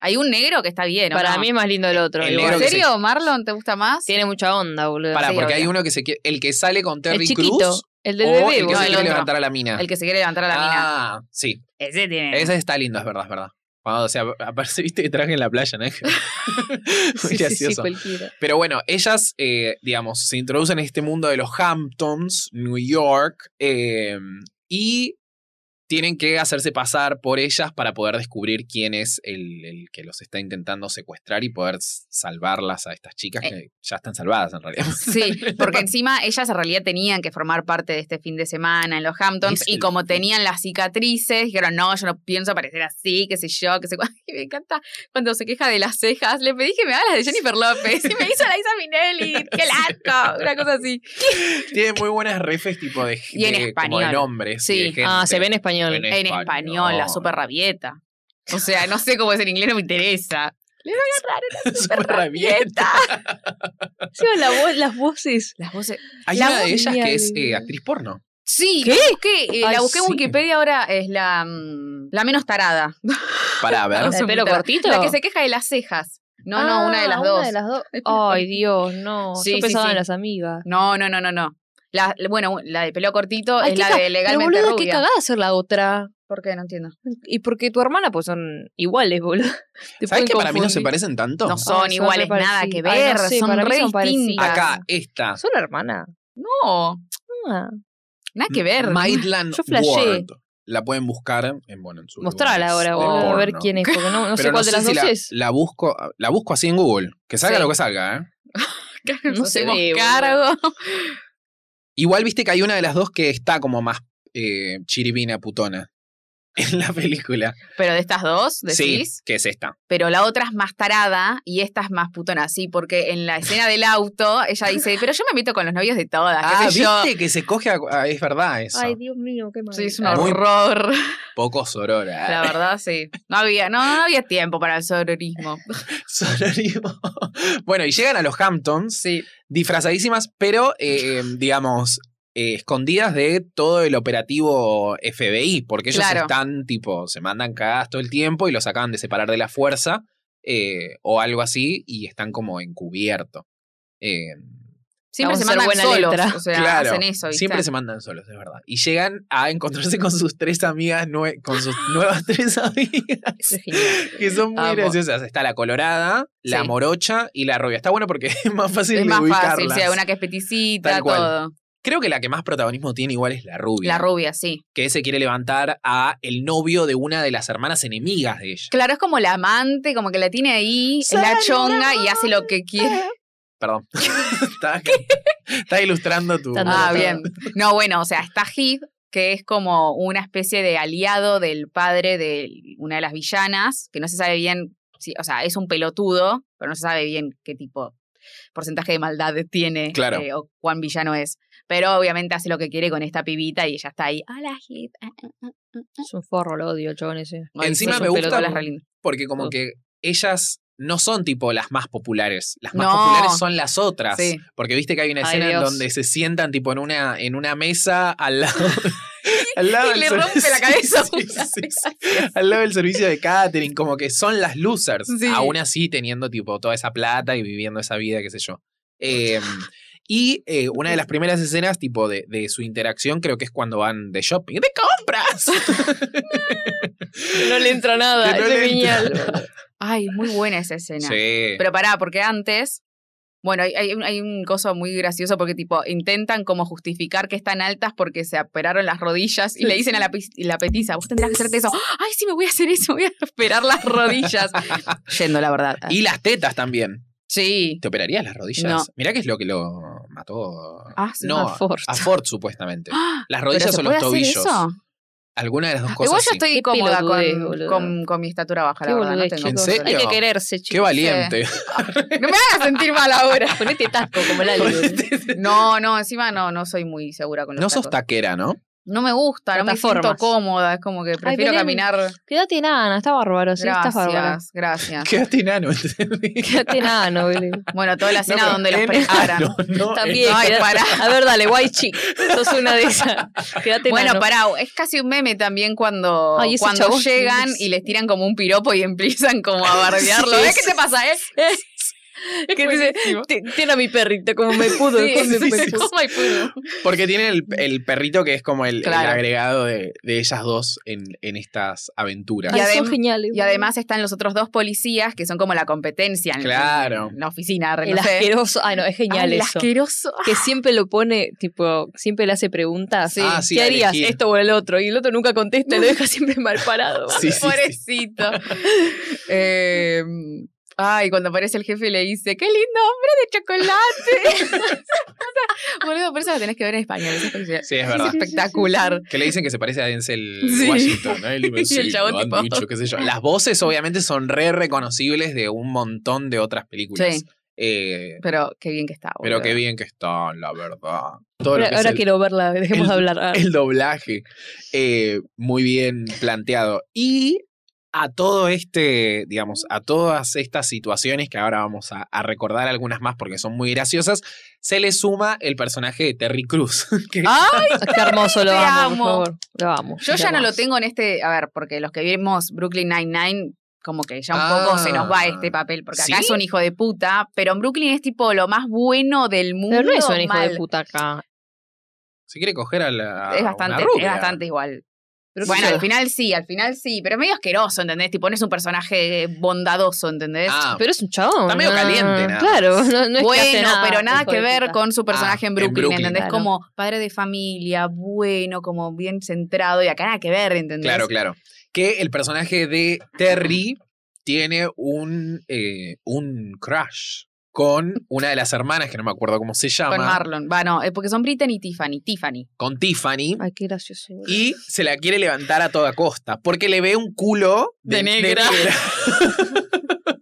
[SPEAKER 2] Hay un negro que está bien, ¿o
[SPEAKER 3] Para
[SPEAKER 2] no?
[SPEAKER 3] mí es más lindo el otro.
[SPEAKER 1] El
[SPEAKER 3] igual.
[SPEAKER 1] negro
[SPEAKER 2] ¿En
[SPEAKER 1] que se-
[SPEAKER 2] serio, Marlon, te gusta más?
[SPEAKER 3] Tiene mucha onda, boludo.
[SPEAKER 1] Para,
[SPEAKER 2] Sí,
[SPEAKER 1] porque hay
[SPEAKER 2] obvio.
[SPEAKER 1] uno que se quiere. El que sale con
[SPEAKER 3] el
[SPEAKER 1] Terry
[SPEAKER 3] chiquito.
[SPEAKER 1] Cruz.
[SPEAKER 3] El del
[SPEAKER 1] O
[SPEAKER 3] bebé,
[SPEAKER 1] el que
[SPEAKER 3] boludo.
[SPEAKER 1] se
[SPEAKER 2] el
[SPEAKER 1] quiere
[SPEAKER 2] otro.
[SPEAKER 1] levantar a la mina.
[SPEAKER 2] El que se quiere levantar a la mina.
[SPEAKER 1] ah, sí.
[SPEAKER 2] Ese tiene.
[SPEAKER 1] Ese está lindo, es verdad, es verdad. Cuando se ap- aparece, viste que traje en la playa, ¿no?
[SPEAKER 3] Sí,
[SPEAKER 1] muy
[SPEAKER 3] sí, sí,
[SPEAKER 1] gracioso.
[SPEAKER 3] cualquiera.
[SPEAKER 1] Pero bueno, ellas, eh, digamos, se introducen en este mundo de los Hamptons, New York, eh, y tienen que hacerse pasar por ellas para poder descubrir quién es el, el que los está intentando secuestrar y poder s- salvarlas a estas chicas que ya están salvadas en realidad.
[SPEAKER 2] Sí, porque encima ellas en realidad tenían que formar parte de este fin de semana en los Hamptons
[SPEAKER 1] Es
[SPEAKER 2] y
[SPEAKER 1] el-
[SPEAKER 2] como tenían las cicatrices, dijeron, no, yo no pienso parecer así, qué sé yo, qué sé cuál. Y me encanta cuando se queja de las cejas. Le pedí que me haga las de Jennifer López y me hizo la Isa Minelli, qué asco, una cosa así.
[SPEAKER 1] Tienen muy buenas refes tipo de,
[SPEAKER 2] Y en
[SPEAKER 1] de- como de
[SPEAKER 2] español.
[SPEAKER 1] nombres. y
[SPEAKER 2] Sí.
[SPEAKER 1] de
[SPEAKER 3] Ah, se
[SPEAKER 1] gente.
[SPEAKER 3] ve en español.
[SPEAKER 1] En
[SPEAKER 2] En español, la super rabieta. O sea, no sé cómo es en inglés, no me interesa. Le voy a agarrar una super rabieta.
[SPEAKER 3] Encima la voz- las voces.
[SPEAKER 2] Las voces.
[SPEAKER 1] Hay
[SPEAKER 3] La
[SPEAKER 1] una de ellas que es
[SPEAKER 3] voz-
[SPEAKER 1] eh, actriz porno.
[SPEAKER 2] Sí,
[SPEAKER 3] ¿Qué?
[SPEAKER 2] la busqué, eh,
[SPEAKER 1] Ay,
[SPEAKER 2] la busqué en
[SPEAKER 1] sí.
[SPEAKER 2] Wikipedia ahora, es la, mm, la menos tarada.
[SPEAKER 1] Para ver.
[SPEAKER 2] No
[SPEAKER 3] ¿El
[SPEAKER 2] sé,
[SPEAKER 3] pelo
[SPEAKER 2] puta.
[SPEAKER 3] cortito? Ah,
[SPEAKER 2] La que se queja de las cejas. No, no, Ah, una de las dos.
[SPEAKER 3] Ay, Dios, no.
[SPEAKER 2] Sí,
[SPEAKER 3] Yo
[SPEAKER 2] sí,
[SPEAKER 3] pensaba
[SPEAKER 2] sí.
[SPEAKER 3] en las amigas.
[SPEAKER 2] No, no, no, no, no. La, bueno, la de pelo cortito
[SPEAKER 3] Ay,
[SPEAKER 2] es
[SPEAKER 3] qué
[SPEAKER 2] la
[SPEAKER 3] ca-
[SPEAKER 2] de
[SPEAKER 3] Pero
[SPEAKER 2] legalmente
[SPEAKER 3] boludo, qué
[SPEAKER 2] rubia.
[SPEAKER 3] cagada ser la otra.
[SPEAKER 2] ¿Por qué? No entiendo.
[SPEAKER 3] Y porque tu hermana, pues son iguales, boludo. Te
[SPEAKER 1] ¿Sabes
[SPEAKER 3] pueden
[SPEAKER 1] que para mí no se
[SPEAKER 3] confundir.
[SPEAKER 1] parecen tanto?
[SPEAKER 2] No son
[SPEAKER 3] Ay, son
[SPEAKER 2] iguales,
[SPEAKER 3] re
[SPEAKER 2] nada que
[SPEAKER 3] parecidas.
[SPEAKER 2] ver,
[SPEAKER 3] Ay, no sé,
[SPEAKER 2] son
[SPEAKER 3] para mí
[SPEAKER 2] re
[SPEAKER 3] son parecidas.
[SPEAKER 2] distintas.
[SPEAKER 1] Acá, esta.
[SPEAKER 3] Son hermanas.
[SPEAKER 2] No,
[SPEAKER 3] Ah.
[SPEAKER 2] nada que ver.
[SPEAKER 1] Maitland
[SPEAKER 3] Yo flasheé.
[SPEAKER 1] Ward. La pueden buscar en, bueno, en su
[SPEAKER 3] Mostrala ahora, boludo, a ver quién es. Porque no, no sé cuál de las dos
[SPEAKER 1] la,
[SPEAKER 3] es.
[SPEAKER 1] La busco, la busco así en Google. Que salga
[SPEAKER 2] Sí.
[SPEAKER 1] lo que salga, ¿eh?
[SPEAKER 2] no
[SPEAKER 3] No se
[SPEAKER 2] hacemos
[SPEAKER 3] ve, boludo.
[SPEAKER 2] cargo.
[SPEAKER 1] Igual viste que hay una de las dos que está como más eh, chiribina putona en la película.
[SPEAKER 2] Pero de estas dos, decís.
[SPEAKER 1] Sí, que es esta.
[SPEAKER 2] Pero la otra es más tarada y esta es más putona, sí, porque en la escena del auto ella dice, pero yo me meto con los novios de todas, qué
[SPEAKER 1] Ah,
[SPEAKER 2] sé yo.
[SPEAKER 1] viste que se coge a, ah, Es verdad eso.
[SPEAKER 3] Dios mío, qué mal. Ah,
[SPEAKER 2] Sí, es un
[SPEAKER 1] Ah, Muy-
[SPEAKER 2] horror.
[SPEAKER 1] Poco sorora.
[SPEAKER 2] La verdad, sí. No había, no, no había tiempo para el sororismo.
[SPEAKER 1] Sororismo. bueno, y llegan a los Hamptons
[SPEAKER 2] Sí.
[SPEAKER 1] disfrazadísimas, pero eh, digamos, eh, escondidas de todo el operativo FBI, porque ellos
[SPEAKER 2] Claro.
[SPEAKER 1] están tipo, se mandan cagadas todo el tiempo y los acaban de separar de la fuerza eh, o algo así y están como encubierto. Eh,
[SPEAKER 2] Siempre
[SPEAKER 3] Vamos
[SPEAKER 2] se
[SPEAKER 3] a
[SPEAKER 2] mandan
[SPEAKER 3] hacer buena
[SPEAKER 2] solos,
[SPEAKER 3] letra.
[SPEAKER 2] o sea,
[SPEAKER 1] Claro,
[SPEAKER 2] hacen eso, ¿viste?
[SPEAKER 1] Siempre se mandan solos, es verdad. Y llegan a encontrarse con sus tres amigas, nue- con sus nuevas tres amigas,
[SPEAKER 3] Eso es genial.
[SPEAKER 1] que son muy
[SPEAKER 3] Amo.
[SPEAKER 1] graciosas. Está la colorada, la
[SPEAKER 2] Sí.
[SPEAKER 1] morocha y la rubia. Está bueno porque es más fácil
[SPEAKER 2] es
[SPEAKER 1] de
[SPEAKER 2] más fácil,
[SPEAKER 1] ubicarlas.
[SPEAKER 2] sí, una que es peticita,
[SPEAKER 1] Tal cual.
[SPEAKER 2] todo.
[SPEAKER 1] Creo que la que más protagonismo tiene igual es la rubia.
[SPEAKER 2] La rubia, sí.
[SPEAKER 1] que se quiere levantar a el novio de una de las hermanas enemigas de ella.
[SPEAKER 2] Claro, es como la amante, como que la tiene ahí, es la
[SPEAKER 4] Señora.
[SPEAKER 2] chonga y hace lo que quiere.
[SPEAKER 1] Perdón. Estás estás ilustrando tu.
[SPEAKER 3] Dándolo
[SPEAKER 2] Ah,
[SPEAKER 3] todo.
[SPEAKER 2] bien. No, bueno, o sea, está Hib, que es como una especie de aliado del padre de una de las villanas, que no se sabe bien, si, o sea, es un pelotudo, pero no se sabe bien qué tipo porcentaje de maldad tiene
[SPEAKER 1] Claro.
[SPEAKER 2] eh, o cuán villano es. Pero obviamente hace lo que quiere con esta pibita y ella está ahí. Hola, Hib. Ah, ah, ah, ah, ah.
[SPEAKER 3] Es un forro, lo odio, el chabón ese.
[SPEAKER 2] Ay,
[SPEAKER 1] Encima
[SPEAKER 2] sos
[SPEAKER 1] me
[SPEAKER 2] un
[SPEAKER 1] gusta-
[SPEAKER 2] pelotudo, las re lindas.
[SPEAKER 1] Porque
[SPEAKER 2] Uh.
[SPEAKER 1] como que ellas no son tipo las más populares. Las más
[SPEAKER 2] No.
[SPEAKER 1] populares son las otras.
[SPEAKER 2] Sí.
[SPEAKER 1] Porque viste que hay una
[SPEAKER 3] Ay,
[SPEAKER 1] escena en
[SPEAKER 3] Dios.
[SPEAKER 1] donde se sientan tipo en una, en una mesa al lado. al lado
[SPEAKER 2] y
[SPEAKER 1] del
[SPEAKER 2] le
[SPEAKER 1] servi-
[SPEAKER 2] rompe la cabeza
[SPEAKER 1] Sí,
[SPEAKER 2] una
[SPEAKER 1] sí,
[SPEAKER 2] vez.
[SPEAKER 1] sí. Al lado del servicio de catering, como que son las losers.
[SPEAKER 2] Sí.
[SPEAKER 1] Aún así, teniendo tipo toda esa plata y viviendo esa vida, qué sé yo. Eh, y eh, una de las primeras escenas, tipo, de, de su interacción, creo que es cuando van de shopping. ¡De compras!
[SPEAKER 3] No le entra nada,
[SPEAKER 1] Que no
[SPEAKER 3] eso es
[SPEAKER 1] le entra
[SPEAKER 3] genial.
[SPEAKER 2] Ay, muy buena esa escena.
[SPEAKER 1] Sí.
[SPEAKER 2] Pero pará, porque antes. Bueno, hay, hay un, hay un coso muy gracioso porque, tipo, intentan como justificar que están altas porque se operaron las rodillas y le dicen a la, pis- la petiza, vos tendrás que hacerte eso. Ay, sí, me voy a hacer eso, voy a operar las rodillas. Yendo, la verdad.
[SPEAKER 1] y las tetas también.
[SPEAKER 2] Sí.
[SPEAKER 1] ¿Te operarías las rodillas?
[SPEAKER 2] ah. No.
[SPEAKER 1] Mirá que es lo que lo mató.
[SPEAKER 2] Ah, sí.
[SPEAKER 1] no,
[SPEAKER 3] a Ford.
[SPEAKER 1] a Ford, supuestamente.
[SPEAKER 2] Ah,
[SPEAKER 1] Las
[SPEAKER 2] ¿pero
[SPEAKER 1] rodillas
[SPEAKER 2] se
[SPEAKER 1] o los
[SPEAKER 2] puede hacer
[SPEAKER 1] tobillos.
[SPEAKER 2] eso? Ah,
[SPEAKER 1] Alguna de las dos cosas.
[SPEAKER 2] Igual yo
[SPEAKER 1] sí.
[SPEAKER 2] estoy
[SPEAKER 3] Qué
[SPEAKER 2] cómoda
[SPEAKER 3] pelotudez,
[SPEAKER 2] con,
[SPEAKER 3] boluda.
[SPEAKER 2] con- con mi estatura baja,
[SPEAKER 3] Qué
[SPEAKER 2] la verdad. No,
[SPEAKER 3] boludez,
[SPEAKER 2] tengo
[SPEAKER 1] ¿En
[SPEAKER 3] chicos.
[SPEAKER 2] problema.
[SPEAKER 1] serio?
[SPEAKER 3] Hay que quererse,
[SPEAKER 1] Qué
[SPEAKER 3] chicos.
[SPEAKER 1] valiente.
[SPEAKER 2] no me hagan sentir mal ahora. este-
[SPEAKER 3] Ponete tasco este como la luz.
[SPEAKER 2] No, no, encima no, no soy muy segura con los
[SPEAKER 1] No sos
[SPEAKER 2] tacos.
[SPEAKER 1] taquera, ¿no?
[SPEAKER 2] No me gusta, no me siento
[SPEAKER 3] Plataformas.
[SPEAKER 2] cómoda, es como que prefiero
[SPEAKER 3] Belén.
[SPEAKER 2] caminar.
[SPEAKER 3] Quédate nada, está bárbaro, sí, está bárbaro.
[SPEAKER 2] Gracias, gracias.
[SPEAKER 1] Quedaste enano, ¿entendés?
[SPEAKER 3] Quédate nada, no, boludo.
[SPEAKER 2] Bueno, toda la escena
[SPEAKER 1] No,
[SPEAKER 2] donde los
[SPEAKER 1] pero en-
[SPEAKER 2] preparan.
[SPEAKER 1] Ah, no, no, en-
[SPEAKER 3] También,
[SPEAKER 2] Ay,
[SPEAKER 3] quédate-
[SPEAKER 2] pará.
[SPEAKER 3] A ver, dale, guay chic. Sos una de esas. Quédate
[SPEAKER 2] Bueno,
[SPEAKER 3] nano.
[SPEAKER 2] pará, es casi un meme también cuando,
[SPEAKER 3] Este Ay, ese
[SPEAKER 2] cuando
[SPEAKER 3] chabón,
[SPEAKER 2] llegan
[SPEAKER 3] Dios.
[SPEAKER 2] y les tiran como un piropo y empiezan como a bardearlo.
[SPEAKER 3] Sí,
[SPEAKER 2] ¿Ves qué
[SPEAKER 3] sí.
[SPEAKER 2] te pasa, eh?
[SPEAKER 3] Que te dice, "Ti- tiene a mi perrito como me pudo.
[SPEAKER 2] Sí,
[SPEAKER 3] como me
[SPEAKER 1] sí,
[SPEAKER 3] pudo".
[SPEAKER 1] sí.
[SPEAKER 2] Oh my goodness.
[SPEAKER 1] Porque tiene el, el perrito que es como el, el
[SPEAKER 2] Mm. Claro.
[SPEAKER 1] agregado de, de ellas dos en, en estas aventuras.
[SPEAKER 2] Y
[SPEAKER 3] Ay, son
[SPEAKER 2] adem-
[SPEAKER 3] geniales,
[SPEAKER 2] Y
[SPEAKER 3] boludo.
[SPEAKER 2] además están los otros dos policías que son como la competencia en,
[SPEAKER 1] Claro.
[SPEAKER 2] en la oficina. no
[SPEAKER 3] el
[SPEAKER 2] sé.
[SPEAKER 3] asqueroso. Ay, no, es genial
[SPEAKER 2] Ay, el
[SPEAKER 3] eso.
[SPEAKER 2] asqueroso.
[SPEAKER 3] Que siempre lo pone, tipo, siempre le hace preguntas.
[SPEAKER 2] Sí.
[SPEAKER 1] Ah, sí,
[SPEAKER 3] ¿Qué
[SPEAKER 1] a
[SPEAKER 3] harías?
[SPEAKER 1] elegir.
[SPEAKER 3] Esto o el otro. Y el otro nunca contesta y lo deja siempre mal parado.
[SPEAKER 1] Sí, sí, sí.
[SPEAKER 2] Pobrecito. Eh, ay, cuando aparece el jefe le dice, qué lindo hombre de chocolate. o sea, boludo, por eso lo tenés que ver en español. eso es-
[SPEAKER 1] Sí, es
[SPEAKER 2] es
[SPEAKER 1] verdad.
[SPEAKER 2] espectacular.
[SPEAKER 1] Que le dicen que se parece a Denzel
[SPEAKER 2] Sí.
[SPEAKER 1] Washington, ¿no? Y, le
[SPEAKER 2] Y el
[SPEAKER 1] dicen, "Sí,
[SPEAKER 2] chabón
[SPEAKER 1] lo han
[SPEAKER 2] tipo-
[SPEAKER 1] dicho, qué sé yo". Las voces obviamente son re reconocibles de un montón de otras películas.
[SPEAKER 2] Sí.
[SPEAKER 1] Eh,
[SPEAKER 2] Pero qué bien que está.
[SPEAKER 1] pero
[SPEAKER 2] boludo.
[SPEAKER 1] qué bien que están, la verdad. Todo lo
[SPEAKER 3] Ahora,
[SPEAKER 1] que es
[SPEAKER 3] ahora
[SPEAKER 1] el-
[SPEAKER 3] quiero verla, dejemos
[SPEAKER 1] el-
[SPEAKER 3] de hablar. Ah,
[SPEAKER 1] el doblaje. eh, muy bien planteado. Y a todo este, digamos, a todas estas situaciones que ahora vamos a, a recordar algunas más porque son muy graciosas, se le suma el personaje de Terry Cruz. que-
[SPEAKER 2] Ay,
[SPEAKER 3] Ah, Qué hermoso, lo
[SPEAKER 2] Te
[SPEAKER 3] amo,
[SPEAKER 2] amo.
[SPEAKER 3] por favor. Lo amo.
[SPEAKER 2] yo ya no lo
[SPEAKER 3] Hermoso.
[SPEAKER 2] tengo en este. A ver, porque los que vimos Brooklyn Nine-Nine. Como que ya un poco
[SPEAKER 1] Ah.
[SPEAKER 2] se nos va este papel, porque acá
[SPEAKER 1] ¿Sí?
[SPEAKER 2] es un hijo de puta, pero en Brooklyn es tipo lo más bueno del mundo.
[SPEAKER 3] Pero no es un hijo
[SPEAKER 2] mal.
[SPEAKER 3] de puta acá.
[SPEAKER 1] Se quiere coger a la.
[SPEAKER 2] Es
[SPEAKER 1] a una
[SPEAKER 2] bastante, es
[SPEAKER 1] rubia.
[SPEAKER 2] bastante igual.
[SPEAKER 3] Pero qué
[SPEAKER 2] bueno,
[SPEAKER 3] sé yo.
[SPEAKER 2] al final sí, al final sí, pero es medio asqueroso, ¿entendés? Tipo, no es un personaje bondadoso, ¿entendés?
[SPEAKER 1] Ah,
[SPEAKER 3] Pero es un chabón.
[SPEAKER 1] Está medio
[SPEAKER 3] no,
[SPEAKER 1] caliente, nada
[SPEAKER 3] Claro, no, no es que hace
[SPEAKER 2] bueno,
[SPEAKER 3] nada,
[SPEAKER 2] pero nada
[SPEAKER 3] hijo
[SPEAKER 2] que
[SPEAKER 3] de
[SPEAKER 2] ver
[SPEAKER 3] puta.
[SPEAKER 2] con su
[SPEAKER 1] Ah,
[SPEAKER 2] personaje en
[SPEAKER 1] en
[SPEAKER 2] Brooklyn,
[SPEAKER 1] Brooklyn,
[SPEAKER 2] ¿entendés?
[SPEAKER 3] claro.
[SPEAKER 2] Como padre de familia, bueno, como bien centrado y acá nada que ver, ¿entendés?
[SPEAKER 1] claro, claro. Que el personaje de Terry tiene un, eh, un crush con una de las hermanas, que no me acuerdo cómo se llama,
[SPEAKER 2] Con Marlon. Bueno, es porque son Britney y Tiffany. Tiffany.
[SPEAKER 1] con Tiffany.
[SPEAKER 3] Ay, qué gracioso. boludo.
[SPEAKER 1] Y se la quiere levantar a toda costa. Porque le ve un culo
[SPEAKER 2] De negra.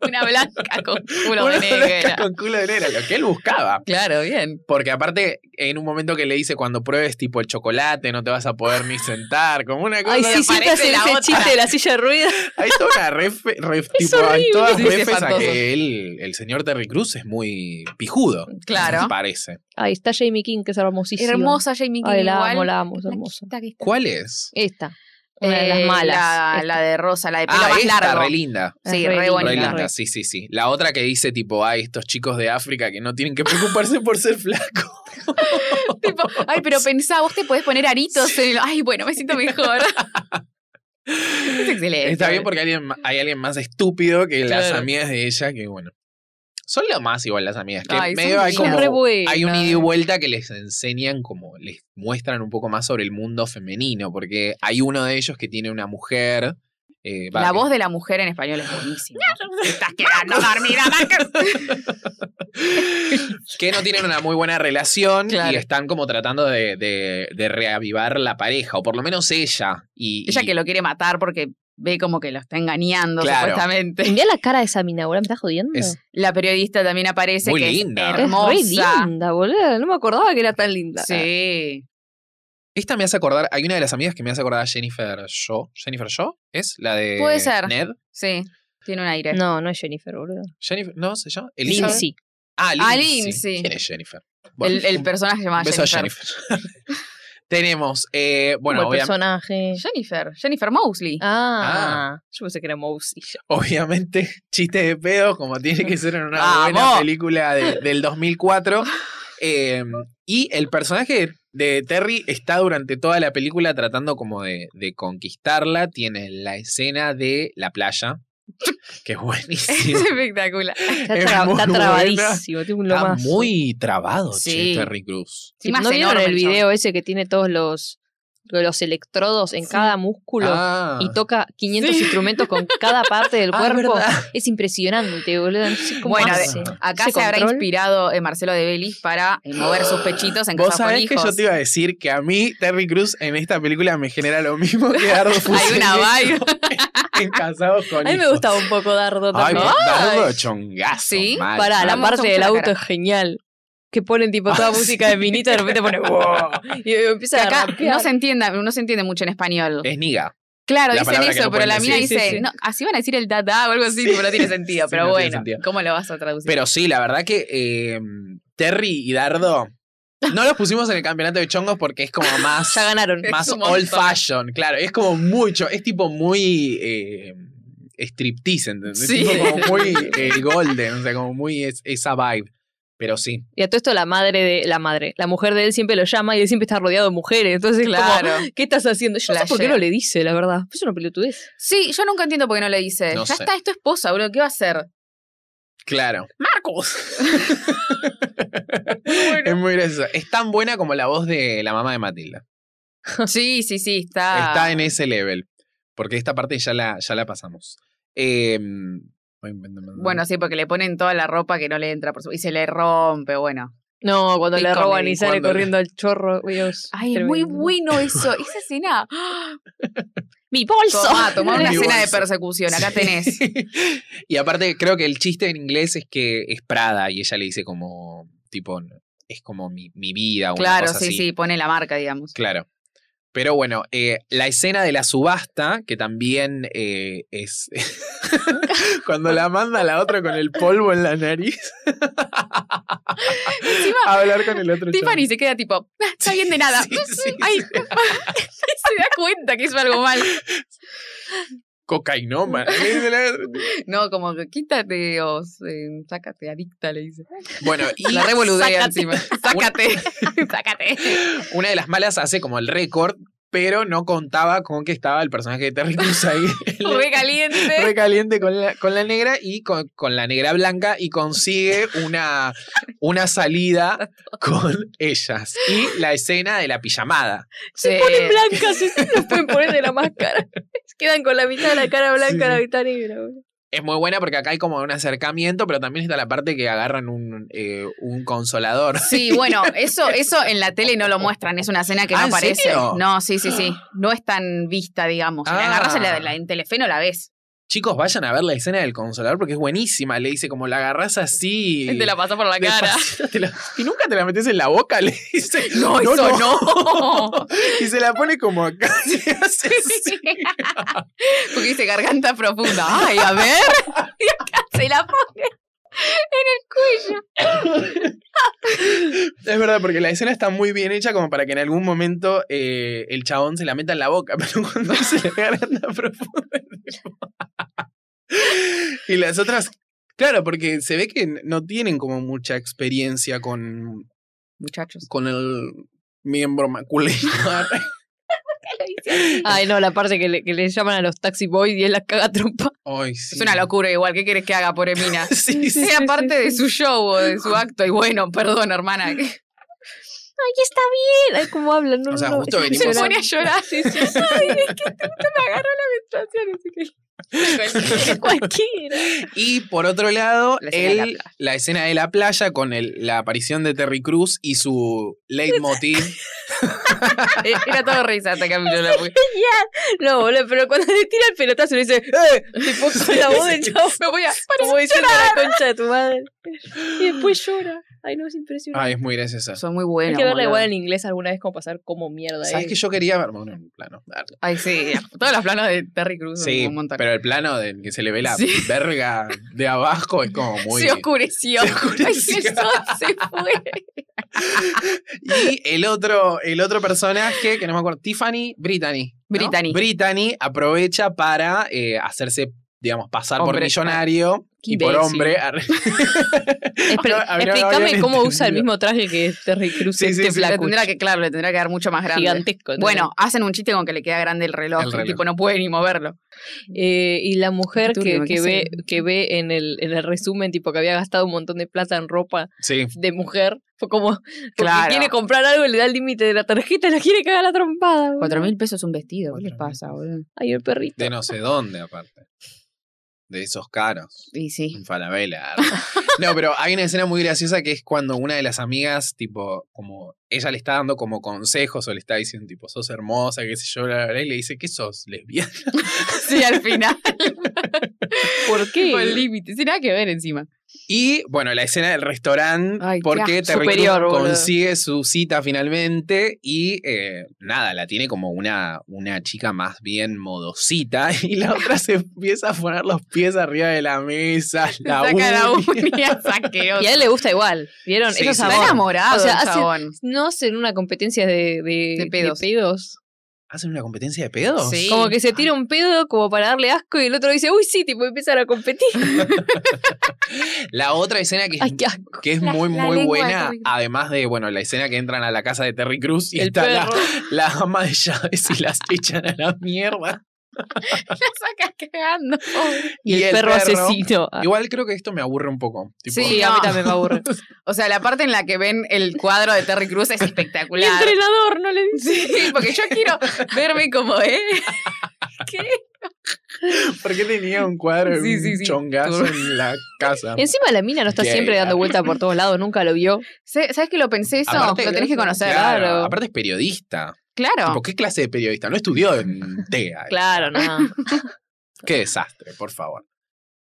[SPEAKER 2] Una blanca con culo de
[SPEAKER 1] Una blanca
[SPEAKER 2] negra.
[SPEAKER 1] Con culo de negra, lo que él buscaba.
[SPEAKER 2] Claro, bien.
[SPEAKER 1] Porque aparte, en un momento que le dice, cuando pruebes tipo el chocolate, no te vas a poder ni sentar. Como una cosa.
[SPEAKER 3] Ay, sí, siempre
[SPEAKER 2] aparece
[SPEAKER 3] hace
[SPEAKER 2] la
[SPEAKER 3] ese
[SPEAKER 2] otra.
[SPEAKER 3] chiste de la silla de ruedas.
[SPEAKER 1] Hay toda una ref, ref- tipo, hay
[SPEAKER 3] horrible.
[SPEAKER 1] todas
[SPEAKER 2] Sí, sí, es
[SPEAKER 1] refes a
[SPEAKER 2] espantoso. Mm,
[SPEAKER 1] que él- el señor Terry Cruz es muy pijudo.
[SPEAKER 2] Claro.
[SPEAKER 1] me Parece.
[SPEAKER 3] Ahí está Jamie King, que es hermosísima.
[SPEAKER 2] Hermosa Jamie King
[SPEAKER 3] Ay, la
[SPEAKER 2] igual.
[SPEAKER 3] amo, la amo, es hermosa.
[SPEAKER 2] Flaquita que está.
[SPEAKER 1] ¿Cuál es?
[SPEAKER 3] Esta. Una de las
[SPEAKER 2] Eh,
[SPEAKER 3] malas.
[SPEAKER 2] La,
[SPEAKER 3] Esta.
[SPEAKER 2] la de rosa, la de pelo
[SPEAKER 1] Ah,
[SPEAKER 2] más
[SPEAKER 1] esta,
[SPEAKER 2] largo.
[SPEAKER 1] re linda.
[SPEAKER 2] sí,
[SPEAKER 3] Es
[SPEAKER 2] re
[SPEAKER 3] re
[SPEAKER 1] Re
[SPEAKER 3] linda.
[SPEAKER 2] bonita.
[SPEAKER 1] linda, sí, sí, sí. La otra que dice tipo, ay, estos chicos de África que no tienen que preocuparse por ser flacos.
[SPEAKER 2] Tipo, ay, pero pensá, vos te podés poner aritos en el- Ay, bueno, me siento mejor. es excelente.
[SPEAKER 1] Está bien porque hay alguien, ma- hay alguien más estúpido que las
[SPEAKER 3] Claro.
[SPEAKER 1] amigas de ella, que bueno. Son lo más igual las amigas. Que
[SPEAKER 2] Ay, son
[SPEAKER 1] medio hay
[SPEAKER 2] divinas.
[SPEAKER 1] como.
[SPEAKER 3] Re buena.
[SPEAKER 1] Hay un ida y vuelta que les enseñan, como les muestran un poco más sobre el mundo femenino, porque hay uno de ellos que tiene una mujer. eh, va,
[SPEAKER 2] La
[SPEAKER 1] que-
[SPEAKER 2] voz de la mujer en español es buenísima. Te estás quedando dormida, Marcos.
[SPEAKER 1] que no tienen una muy buena relación
[SPEAKER 2] Claro.
[SPEAKER 1] y están como tratando de, de- de reavivar la pareja, o por lo menos ella. Y,
[SPEAKER 2] Ella
[SPEAKER 1] y-
[SPEAKER 2] que lo quiere matar porque ve como que lo está engañando,
[SPEAKER 1] Claro.
[SPEAKER 2] supuestamente.
[SPEAKER 3] Mirá la cara de esa mina, boludo. ¿Me estás jodiendo?
[SPEAKER 1] Es-
[SPEAKER 2] La periodista también aparece.
[SPEAKER 1] Muy
[SPEAKER 2] que
[SPEAKER 1] linda.
[SPEAKER 2] Es
[SPEAKER 1] Es
[SPEAKER 3] Es
[SPEAKER 2] hermosa.
[SPEAKER 3] re linda, boludo. No me acordaba que era tan linda.
[SPEAKER 2] Sí.
[SPEAKER 1] Esta me hace acordar, hay una de las amigas que me hace acordar a Jennifer Shaw. ¿Jennifer Shaw? ¿Es la de
[SPEAKER 2] Puede ser.
[SPEAKER 1] Ned?
[SPEAKER 2] Sí, tiene un aire.
[SPEAKER 3] No, no es Jennifer, boludo.
[SPEAKER 1] Jennifer, ¿no se llama? Elizabeth.
[SPEAKER 3] Lindsay.
[SPEAKER 1] Ah,
[SPEAKER 2] Ah,
[SPEAKER 1] Lindsay.
[SPEAKER 2] Lindsay.
[SPEAKER 1] ¿Quién es Jennifer?
[SPEAKER 2] el, el
[SPEAKER 1] un
[SPEAKER 2] personaje se llama
[SPEAKER 1] beso
[SPEAKER 2] Jennifer.
[SPEAKER 1] a Jennifer. Tenemos, eh, bueno,
[SPEAKER 3] Como el
[SPEAKER 1] obvia-
[SPEAKER 3] personaje.
[SPEAKER 2] Jennifer. Jennifer Mosley.
[SPEAKER 3] Ah, Yo pensé que era Mousy.
[SPEAKER 1] obviamente, chistes de pedo, como tiene que ser en una
[SPEAKER 2] Vamos.
[SPEAKER 1] buena película de- del 2004. Eh, y el personaje de Terry está durante toda la película tratando como de, de conquistarla. Tiene la escena de la playa, que es buenísima.
[SPEAKER 2] Es espectacular.
[SPEAKER 3] Está,
[SPEAKER 1] Es
[SPEAKER 3] tra-
[SPEAKER 1] muy
[SPEAKER 3] está trabadísimo. Tiene un
[SPEAKER 1] Está
[SPEAKER 3] lomazo.
[SPEAKER 1] muy trabado, che,
[SPEAKER 2] Sí.
[SPEAKER 1] Terry Cruz.
[SPEAKER 3] Sí,
[SPEAKER 2] Más
[SPEAKER 3] ¿No vieron
[SPEAKER 2] enorme
[SPEAKER 3] el
[SPEAKER 2] el chabón.
[SPEAKER 3] video ese que tiene todos los, los electrodos en
[SPEAKER 2] Sí.
[SPEAKER 3] cada músculo?
[SPEAKER 1] Ah.
[SPEAKER 3] Y toca 500
[SPEAKER 2] Sí.
[SPEAKER 3] instrumentos con cada parte del
[SPEAKER 1] Ah,
[SPEAKER 3] cuerpo.
[SPEAKER 1] ¿verdad?
[SPEAKER 3] es impresionante, boludo. No sé cómo
[SPEAKER 2] Bueno,
[SPEAKER 3] hace.
[SPEAKER 1] de-
[SPEAKER 2] Acá se
[SPEAKER 3] Ese
[SPEAKER 2] habrá
[SPEAKER 3] control.
[SPEAKER 2] inspirado eh, Marcelo de Belis para eh, mover sus pechitos en
[SPEAKER 1] Vos
[SPEAKER 2] casa con
[SPEAKER 1] sabés que
[SPEAKER 2] hijos.
[SPEAKER 1] yo te iba a decir que a mí Terry Cruz en esta película me genera lo mismo que Dardo
[SPEAKER 2] Hay una
[SPEAKER 1] Fuseli
[SPEAKER 2] vibe.
[SPEAKER 1] en Casados con
[SPEAKER 3] A mí me
[SPEAKER 1] Hijos.
[SPEAKER 3] gustaba un poco Dardo
[SPEAKER 1] Ay,
[SPEAKER 3] también.
[SPEAKER 1] Dardo
[SPEAKER 2] Ay.
[SPEAKER 1] chongazo.
[SPEAKER 2] Sí,
[SPEAKER 1] mal.
[SPEAKER 3] Pará,
[SPEAKER 2] no
[SPEAKER 3] la
[SPEAKER 2] me gusta
[SPEAKER 3] parte
[SPEAKER 2] mucho
[SPEAKER 3] del
[SPEAKER 2] la
[SPEAKER 3] auto
[SPEAKER 2] cara.
[SPEAKER 3] es genial. Que ponen tipo toda
[SPEAKER 1] sí.
[SPEAKER 3] música de minita y de repente pone wow. Y empieza a
[SPEAKER 2] Ah, Acá
[SPEAKER 3] rapear.
[SPEAKER 2] no se entiende, no se entiende mucho en español.
[SPEAKER 1] Es niga.
[SPEAKER 2] Claro,
[SPEAKER 1] Eh, La
[SPEAKER 2] dicen
[SPEAKER 1] palabra que
[SPEAKER 2] eso,
[SPEAKER 1] no
[SPEAKER 2] pero
[SPEAKER 1] pueden
[SPEAKER 2] la mina
[SPEAKER 1] decir. Sí,
[SPEAKER 2] dice,
[SPEAKER 1] sí, sí.
[SPEAKER 2] no, así van a decir el dada o algo así,
[SPEAKER 1] Sí.
[SPEAKER 2] tipo, no tiene sentido,
[SPEAKER 1] Sí,
[SPEAKER 2] pero
[SPEAKER 1] no tiene
[SPEAKER 2] bueno,
[SPEAKER 1] sentido.
[SPEAKER 2] ¿cómo lo vas a traducir?
[SPEAKER 1] Pero sí, la verdad que eh, Terry y Dardo no los pusimos en el campeonato de chongos porque es como más,
[SPEAKER 3] Ya ganaron.
[SPEAKER 2] Es
[SPEAKER 1] más
[SPEAKER 2] un montón.
[SPEAKER 1] old fashion. Claro, es como mucho. Es tipo muy. eh, striptease, ¿entendés?
[SPEAKER 2] Sí.
[SPEAKER 1] Tipo como muy eh, golden, o sea, como muy es- esa vibe. Pero sí,
[SPEAKER 3] Y a todo esto la madre de la madre, la mujer de él siempre lo llama y él siempre está rodeado de mujeres. Entonces, es como,
[SPEAKER 2] Claro.
[SPEAKER 3] ¿qué estás haciendo? Yo no sé por qué
[SPEAKER 2] Flashea.
[SPEAKER 3] no le dice, la verdad. Es una pelotudez.
[SPEAKER 2] Sí, yo nunca entiendo por qué no le dice.
[SPEAKER 1] No
[SPEAKER 2] ya
[SPEAKER 1] sé.
[SPEAKER 2] está, es tu esposa, bro, ¿qué va a hacer?
[SPEAKER 1] Claro. ¡Marcos!
[SPEAKER 2] bueno.
[SPEAKER 1] Es muy gracioso. Es tan buena como la voz de la mamá de Matilda.
[SPEAKER 2] Sí, sí, sí, está.
[SPEAKER 1] Está en ese level. Porque esta parte ya la, ya la pasamos. Eh, bueno, Mm.
[SPEAKER 2] Bueno, sí, porque le ponen toda la ropa que no le entra por su... y se le rompe, bueno.
[SPEAKER 3] No, cuando
[SPEAKER 2] Y
[SPEAKER 3] le
[SPEAKER 2] comedy,
[SPEAKER 3] roban y sale
[SPEAKER 1] cuando le-
[SPEAKER 3] corriendo al chorro. Dios,
[SPEAKER 2] Ay, es muy
[SPEAKER 3] tremendo.
[SPEAKER 2] bueno eso, esa escena.
[SPEAKER 3] ¡Mi bolso!
[SPEAKER 2] Tomá, tomá una
[SPEAKER 1] Mi
[SPEAKER 2] escena de
[SPEAKER 1] bolso.
[SPEAKER 2] persecución, acá tenés.
[SPEAKER 1] y aparte, creo que el chiste en inglés es que es Prada y ella le dice como, tipo, es como mi, mi vida. Una
[SPEAKER 2] Claro,
[SPEAKER 1] cosa
[SPEAKER 2] sí,
[SPEAKER 1] así.
[SPEAKER 2] sí, pone la marca, digamos.
[SPEAKER 1] Claro. Pero bueno, eh, la escena de la subasta, que también eh, es cuando la manda la otra con el polvo en la nariz
[SPEAKER 2] Encima,
[SPEAKER 1] a hablar con el otro. chabón.
[SPEAKER 2] Tiffany se queda tipo, "Ah, está bien de nada.
[SPEAKER 1] Sí, sí,
[SPEAKER 2] Ay, se da cuenta que hizo algo mal.
[SPEAKER 1] Cocainoma.
[SPEAKER 2] No, como que quítate o eh, sácate, adicta, le dice.
[SPEAKER 1] bueno, y
[SPEAKER 2] La revoludea
[SPEAKER 3] Sácate.
[SPEAKER 2] encima. Sácate, sácate.
[SPEAKER 1] una de las malas hace como el récord, pero no contaba con que estaba el personaje de Terry Crews ahí.
[SPEAKER 2] Re caliente.
[SPEAKER 1] Re caliente con la, con la negra y con, con la negra blanca y consigue una, una salida con ellas. Y la escena de la pijamada.
[SPEAKER 3] Se
[SPEAKER 2] Sí.
[SPEAKER 3] ponen blancas, y no pueden poner de la máscara. Se Quedan con la mitad de la cara blanca
[SPEAKER 1] Sí,
[SPEAKER 3] la
[SPEAKER 1] sí.
[SPEAKER 3] mitad negra. boludo.
[SPEAKER 1] Es muy buena porque acá hay como un acercamiento, pero también está la parte que agarran un, eh, un consolador.
[SPEAKER 2] Sí, bueno, eso, eso en la tele no lo muestran, es una escena que no
[SPEAKER 1] Ah, ¿en
[SPEAKER 2] aparece.
[SPEAKER 1] serio?
[SPEAKER 2] No, sí, sí, sí. No es tan vista, digamos. La
[SPEAKER 1] Ah.
[SPEAKER 2] agarras en, la- la- en Telefe no la ves.
[SPEAKER 1] Chicos, vayan a ver la escena del consolador porque es buenísima. Le dice como la agarras así.
[SPEAKER 2] Te la pasa por la cara.
[SPEAKER 1] Despacito te la- y nunca te la metes en la boca, le dice.
[SPEAKER 2] No, eso no.
[SPEAKER 1] y se la pone como acá. y hace así.
[SPEAKER 2] Porque dice garganta profunda. Ay, a ver. Y acá se la pone en el cuello.
[SPEAKER 1] Es verdad, porque la escena está muy bien hecha como para que en algún momento eh, el chabón se la meta en la boca, pero cuando se le agarra tan profundo. es tipo- y las otras, claro, porque se ve que n- no tienen como mucha experiencia con,
[SPEAKER 2] Muchachos.
[SPEAKER 1] con el miembro masculino.
[SPEAKER 3] Ay, no, la parte que le, que le llaman a los taxi boys y él las caga a trompa.
[SPEAKER 1] Ay, sí.
[SPEAKER 2] Es una locura igual. ¿Qué quieres que haga, pobre mina?
[SPEAKER 1] Sí, sí.
[SPEAKER 2] Sea
[SPEAKER 4] sí,
[SPEAKER 2] parte
[SPEAKER 4] sí.
[SPEAKER 2] de su show o de su acto. Y bueno, perdón, hermana.
[SPEAKER 3] Ay, está bien. Ay, cómo hablan. No,
[SPEAKER 1] O sea,
[SPEAKER 3] no, no.
[SPEAKER 1] justo
[SPEAKER 3] Es
[SPEAKER 1] venimos-
[SPEAKER 2] Se
[SPEAKER 1] Tipo,
[SPEAKER 2] pone a llorar. Sí, sí. Ay, es que
[SPEAKER 3] este
[SPEAKER 2] justo me agarró la menstruación. así que-
[SPEAKER 3] Cualquiera.
[SPEAKER 1] Y por otro lado,
[SPEAKER 2] La
[SPEAKER 1] el-
[SPEAKER 2] escena de
[SPEAKER 1] la,
[SPEAKER 2] la
[SPEAKER 1] escena de la playa con el- la aparición de Terry Cruz y su leitmotiv.
[SPEAKER 3] Eh,
[SPEAKER 2] Era todo risa hasta Camilo. la fue.
[SPEAKER 3] No, boludo, pero cuando le tira el pelotazo le dice, ¡eh! Tipo con la voz del chavo.
[SPEAKER 2] Me voy a...
[SPEAKER 3] Como diciendo la concha de tu madre. Y después llora. Ay, no, es impresionante.
[SPEAKER 1] Ay, es muy graciosa.
[SPEAKER 2] Son muy buenos.
[SPEAKER 3] Hay que verla
[SPEAKER 2] boludo.
[SPEAKER 3] igual en inglés alguna vez como pasar como mierda.
[SPEAKER 1] ¿Sabes
[SPEAKER 3] eh.
[SPEAKER 1] que yo quería ver? Bueno, un plano.
[SPEAKER 2] Ay, sí. Todos los planos de Terry Cruz son
[SPEAKER 1] Sí,
[SPEAKER 2] un montón.
[SPEAKER 1] pero el plano del que se le ve la
[SPEAKER 2] Sí.
[SPEAKER 1] verga de abajo es como muy.
[SPEAKER 2] se oscureció.
[SPEAKER 1] Se oscureció.
[SPEAKER 2] Ay, el sol se fue.
[SPEAKER 1] Y el otro, el otro personaje, que no me acuerdo, Tiffany, Brittany. ¿no?
[SPEAKER 2] Brittany.
[SPEAKER 1] Brittany aprovecha para eh, hacerse, digamos, pasar por
[SPEAKER 2] Hombre.
[SPEAKER 1] millonario
[SPEAKER 3] Qué
[SPEAKER 1] y por
[SPEAKER 3] imbécil.
[SPEAKER 1] hombre. Arre-
[SPEAKER 3] Espe-
[SPEAKER 1] No, a ver, no lo
[SPEAKER 3] Explícame
[SPEAKER 1] habían
[SPEAKER 3] cómo usa el
[SPEAKER 1] entendido.
[SPEAKER 3] mismo traje que Terry Cruz,
[SPEAKER 1] Sí, sí,
[SPEAKER 3] este
[SPEAKER 1] sí,
[SPEAKER 2] Le
[SPEAKER 3] flaco.
[SPEAKER 2] tendrá que, claro, le tendrá que dar mucho más grande.
[SPEAKER 3] gigantesco. ¿no?
[SPEAKER 2] Bueno, hacen un chiste con que le queda grande el reloj.
[SPEAKER 1] El
[SPEAKER 2] El
[SPEAKER 1] reloj.
[SPEAKER 2] tipo no puede ni moverlo.
[SPEAKER 3] Eh, y la mujer
[SPEAKER 2] Qué
[SPEAKER 3] que,
[SPEAKER 2] turbio,
[SPEAKER 3] que
[SPEAKER 2] qué
[SPEAKER 3] ve,
[SPEAKER 2] sé.
[SPEAKER 3] que ve en el, en el resumen, tipo que había gastado un montón de plata en ropa
[SPEAKER 1] Sí.
[SPEAKER 3] de mujer, fue como porque
[SPEAKER 2] Claro.
[SPEAKER 3] quiere comprar algo y le da el límite de la tarjeta y la quiere cagar la trompada. boludo.
[SPEAKER 2] Cuatro mil pesos un vestido. ¿Qué les
[SPEAKER 1] Cuatro mil
[SPEAKER 2] pasa, boludo?
[SPEAKER 3] Ay, el perrito.
[SPEAKER 1] De no sé dónde, aparte. De esos caros.
[SPEAKER 2] Y sí.
[SPEAKER 1] Falabella. No, pero hay una escena muy graciosa que es cuando una de las amigas, tipo, como ella le está dando como consejos o le está diciendo, tipo, sos hermosa, qué sé yo, bla, bla, bla, y le dice, ¿qué sos? Lesbiana.
[SPEAKER 2] Sí, al final.
[SPEAKER 3] ¿Por
[SPEAKER 2] Tipo el
[SPEAKER 3] qué?
[SPEAKER 2] límite. Sin nada que ver encima.
[SPEAKER 1] Y bueno, la escena del restaurante,
[SPEAKER 2] Ay, qué
[SPEAKER 1] porque
[SPEAKER 3] asco.
[SPEAKER 1] Terry
[SPEAKER 3] Superior,
[SPEAKER 1] Crews
[SPEAKER 3] boludo.
[SPEAKER 1] consigue su cita finalmente y eh, nada, la tiene como una, una chica más bien modosita y la otra se empieza a poner los pies arriba de la mesa, la
[SPEAKER 2] Saca la
[SPEAKER 1] uña.
[SPEAKER 2] uña saqueosa.
[SPEAKER 3] Y a él le gusta igual. ¿Vieron?
[SPEAKER 1] Sí,
[SPEAKER 3] Eso es
[SPEAKER 1] sí.
[SPEAKER 2] Está
[SPEAKER 3] amor.
[SPEAKER 2] enamorado
[SPEAKER 3] O sea,
[SPEAKER 2] el
[SPEAKER 3] hace-
[SPEAKER 2] chabón.
[SPEAKER 3] No hacen una competencia de, de,
[SPEAKER 2] De pedos.
[SPEAKER 1] ¿Hacen una competencia de pedos?
[SPEAKER 2] Sí.
[SPEAKER 3] Como que se tira un pedo como para darle asco y el otro dice, uy, sí, tipo, empiezan a competir.
[SPEAKER 1] La otra escena que es
[SPEAKER 3] Ay, qué asco.
[SPEAKER 1] que es
[SPEAKER 2] La-
[SPEAKER 1] muy,
[SPEAKER 2] la
[SPEAKER 1] muy
[SPEAKER 2] lengua de
[SPEAKER 1] buena.
[SPEAKER 2] Terry Crews.
[SPEAKER 1] Además de, bueno, la escena que entran a la casa de Terry Cruz y
[SPEAKER 3] El
[SPEAKER 1] está la,
[SPEAKER 3] perro.
[SPEAKER 1] la ama de llaves y las echan a la mierda.
[SPEAKER 2] La saca cagando.
[SPEAKER 3] Y, el, perro, asesino. Ah.
[SPEAKER 1] Igual creo que esto me aburre un poco. tipo,
[SPEAKER 3] Sí, a mí
[SPEAKER 2] No.
[SPEAKER 3] también me aburre.
[SPEAKER 2] O sea, la parte en la que ven el cuadro de Terry Cruz es
[SPEAKER 3] El
[SPEAKER 2] espectacular.
[SPEAKER 3] entrenador, no le dice.
[SPEAKER 2] Sí, porque yo quiero verme como él. ¿Qué?
[SPEAKER 1] ¿Por qué tenía un cuadro de
[SPEAKER 2] Sí, sí,
[SPEAKER 1] un
[SPEAKER 2] sí.
[SPEAKER 1] chongazo
[SPEAKER 2] Tú-
[SPEAKER 1] en la casa?
[SPEAKER 3] Encima la mina no está
[SPEAKER 1] Gay,
[SPEAKER 3] siempre dando
[SPEAKER 1] ah.
[SPEAKER 3] vuelta por todos lados, nunca lo vio.
[SPEAKER 2] Se- ¿Sabes que lo pensé eso?
[SPEAKER 1] Aparte-
[SPEAKER 2] lo tenés que conocer.
[SPEAKER 1] Claro,
[SPEAKER 3] claro.
[SPEAKER 1] Aparte es periodista.
[SPEAKER 2] Claro.
[SPEAKER 1] Tipo, ¿Qué clase de periodista? No estudió en TEA.
[SPEAKER 3] Claro, nada.
[SPEAKER 1] Qué desastre, por favor.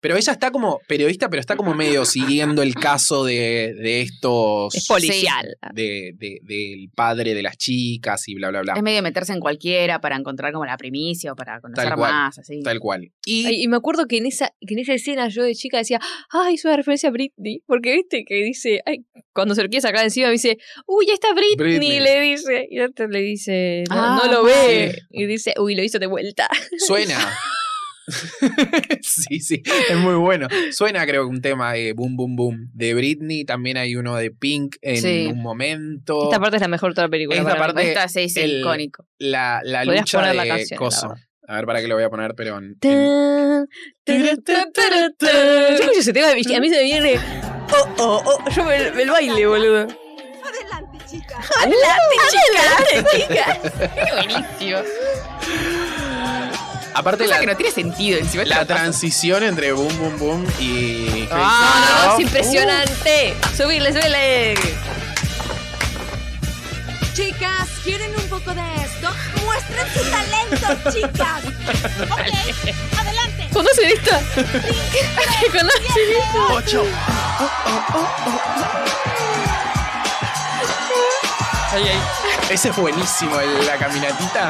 [SPEAKER 1] Pero ella está como periodista, pero está como medio siguiendo el caso de, de estos...
[SPEAKER 3] Es policial.
[SPEAKER 1] de, de- del padre de las chicas y bla, bla, bla.
[SPEAKER 2] Es medio de meterse en cualquiera para encontrar como la primicia o para conocer
[SPEAKER 1] Tal cual,
[SPEAKER 2] más, así.
[SPEAKER 1] Tal cual. Y
[SPEAKER 3] Ay, Y me acuerdo que en esa, que en esa escena yo de chica decía, ay, es una referencia a Britney. Porque viste que dice, ay, cuando se lo quiere sacar de encima, dice, uy, ya está Britney,
[SPEAKER 1] Britney.
[SPEAKER 3] le dice. Y el otro le dice, no,
[SPEAKER 2] Ah,
[SPEAKER 3] no lo
[SPEAKER 1] vale.
[SPEAKER 3] ve. Y dice, uy, lo hizo de vuelta.
[SPEAKER 1] suena. sí, sí, es muy bueno. Suena, creo que un tema de Boom Boom Boom de Britney. También hay uno de Pink en
[SPEAKER 2] Sí.
[SPEAKER 1] un momento.
[SPEAKER 3] Esta parte es la mejor de toda la película.
[SPEAKER 1] Esta
[SPEAKER 3] para mí.
[SPEAKER 1] parte-
[SPEAKER 2] Está, sí, sí,
[SPEAKER 1] el-
[SPEAKER 2] icónico.
[SPEAKER 1] la la
[SPEAKER 3] Podrías
[SPEAKER 1] lucha
[SPEAKER 3] poner la
[SPEAKER 1] de
[SPEAKER 3] canción, la
[SPEAKER 1] coso.
[SPEAKER 3] verdad.
[SPEAKER 1] a ver, para que lo voy a poner, pero en- en-
[SPEAKER 3] Tan, tan, tan, tan, tan. Yo escucho ese tema y a mí se me viene. Oh, oh, oh. Yo me, me el baile, boludo.
[SPEAKER 4] Adelante, chica.
[SPEAKER 3] Adelante, chicas.
[SPEAKER 2] Qué buenísimo.
[SPEAKER 1] aparte
[SPEAKER 2] Cosa
[SPEAKER 1] la,
[SPEAKER 2] que no tiene sentido encima.
[SPEAKER 1] la
[SPEAKER 2] Esto pasa.
[SPEAKER 1] transición entre Boom Boom Boom y Crazy
[SPEAKER 2] Ah,
[SPEAKER 3] Ah,
[SPEAKER 1] Love.
[SPEAKER 3] es impresionante. Subile, subile.
[SPEAKER 4] Chicas, ¿quieren un poco de esto? Muestren su talento, chicas. Ok, adelante.
[SPEAKER 3] ¿Conocen esta? ¿Conocen esta?
[SPEAKER 1] Uh, ocho.
[SPEAKER 3] Ay, ay.
[SPEAKER 1] uh, Ese es buenísimo, el- la caminatita.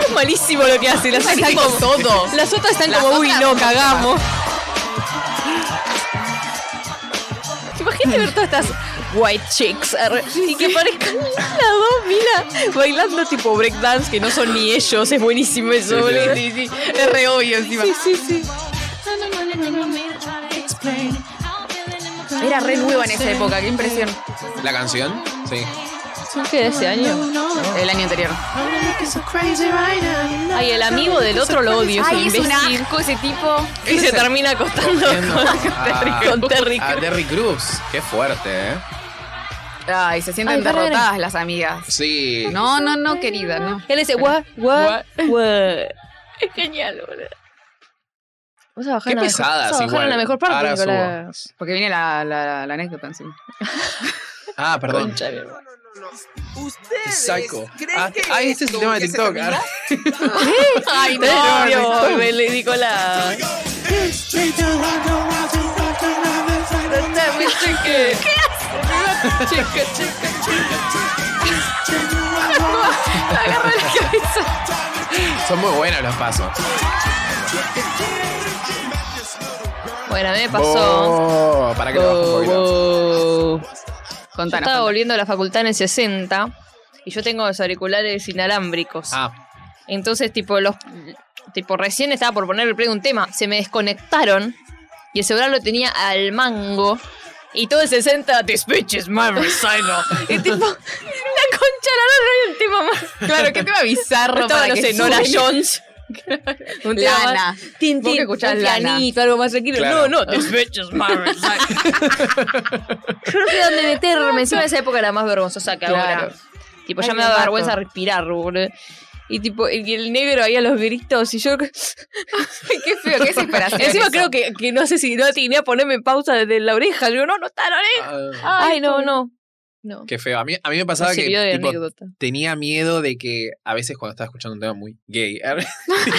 [SPEAKER 3] Es malísimo lo que hace. Las otras están como.
[SPEAKER 2] todo.
[SPEAKER 3] Las otras están
[SPEAKER 2] Las
[SPEAKER 3] como, uy,
[SPEAKER 2] otras
[SPEAKER 3] no,
[SPEAKER 2] son
[SPEAKER 3] cagamos. tenés que ver todas estas white chicks arre, y que parezcan las dos, mira, bailando tipo breakdance que no son ni ellos, es buenísimo eso,
[SPEAKER 1] Sí, sí,
[SPEAKER 3] boludo.
[SPEAKER 1] sí.
[SPEAKER 3] es re obvio encima.
[SPEAKER 4] Sí, sí, sí.
[SPEAKER 2] Era re nueva en esa época, qué impresión.
[SPEAKER 1] ¿La canción? Sí.
[SPEAKER 3] ¿Son que de ese año?
[SPEAKER 2] El año anterior.
[SPEAKER 3] Ay, el amigo del otro lo odio, es un
[SPEAKER 2] Ay, es un
[SPEAKER 3] imbécil.
[SPEAKER 2] asco ese tipo.
[SPEAKER 3] Y se termina acostando
[SPEAKER 1] Cogiendo
[SPEAKER 3] con,
[SPEAKER 1] a-
[SPEAKER 3] con Terry
[SPEAKER 1] A
[SPEAKER 3] Crews.
[SPEAKER 1] Terry Cruz. Qué fuerte, ¿eh?
[SPEAKER 2] Ay, se sienten
[SPEAKER 3] Ay, para, para.
[SPEAKER 2] derrotadas las amigas.
[SPEAKER 1] Sí.
[SPEAKER 2] No, no, no, querida, no.
[SPEAKER 3] Él dice, what, what, what. Es genial, boludo. Vamos a bajar
[SPEAKER 1] Qué
[SPEAKER 3] en la mejor-
[SPEAKER 1] pesadas
[SPEAKER 3] vamos a bajar en
[SPEAKER 1] igual.
[SPEAKER 3] la mejor parte,
[SPEAKER 1] Ahora
[SPEAKER 3] Nicolás.
[SPEAKER 2] Porque viene la, la, la anécdota encima.
[SPEAKER 1] Ah, perdón.
[SPEAKER 3] Concha, mi hermano.
[SPEAKER 1] Saco. Ah, ah, este es el tema de TikTok. ah.
[SPEAKER 3] Ay, no, Dios, Belén, Nicolás.
[SPEAKER 1] Ah, Son muy buenos los pasos.
[SPEAKER 3] Bueno, a mí me pasó.
[SPEAKER 1] Oh, para que lo baje un
[SPEAKER 3] Wow,
[SPEAKER 1] poquito.
[SPEAKER 3] wow. Yo
[SPEAKER 2] Contanos.
[SPEAKER 3] estaba
[SPEAKER 2] contanos.
[SPEAKER 3] volviendo a la facultad en el 60 y yo tengo los auriculares inalámbricos.
[SPEAKER 1] Ah,
[SPEAKER 3] Entonces, tipo, los. Tipo, recién estaba por poner el play de un tema. Se me desconectaron y el celular lo tenía al mango. Y todo el 60, this bitch is my recital. y tipo, la concha, la no, no hay un tema más.
[SPEAKER 2] Claro, qué tema bizarro
[SPEAKER 3] Estaba,
[SPEAKER 2] para
[SPEAKER 3] no
[SPEAKER 2] que
[SPEAKER 3] sé, Nora
[SPEAKER 2] suene.
[SPEAKER 3] Jones. un tema
[SPEAKER 2] Lana.
[SPEAKER 3] más. Tin,
[SPEAKER 2] Vos que
[SPEAKER 3] tin,
[SPEAKER 2] escuchás
[SPEAKER 3] un
[SPEAKER 2] Lana.
[SPEAKER 3] pianito, algo más tranquilo.
[SPEAKER 1] Claro.
[SPEAKER 3] No, no, this bitch is my recital. Yo no sé dónde meterme. Encima de esa época era más vergonzosa que
[SPEAKER 2] Claro.
[SPEAKER 3] ahora. Tipo,
[SPEAKER 2] Ay,
[SPEAKER 3] ya me
[SPEAKER 2] me
[SPEAKER 3] daba
[SPEAKER 2] mato.
[SPEAKER 3] vergüenza respirar, boludo. Y tipo, y el negro ahí a los gritos y yo...
[SPEAKER 2] Qué feo, qué desesperación.
[SPEAKER 3] Encima
[SPEAKER 2] eso.
[SPEAKER 3] creo que, que no sé si no atiné a ponerme en pausa desde la oreja. Digo, no, no está la oreja.
[SPEAKER 1] ah,
[SPEAKER 3] Ay, no, no. No.
[SPEAKER 1] qué feo. A mí, a mí me
[SPEAKER 3] Me
[SPEAKER 1] pasaba
[SPEAKER 3] sirvió de
[SPEAKER 1] que tipo,
[SPEAKER 3] anécdota.
[SPEAKER 1] tenía miedo de que a veces cuando estaba escuchando un tema muy gay, que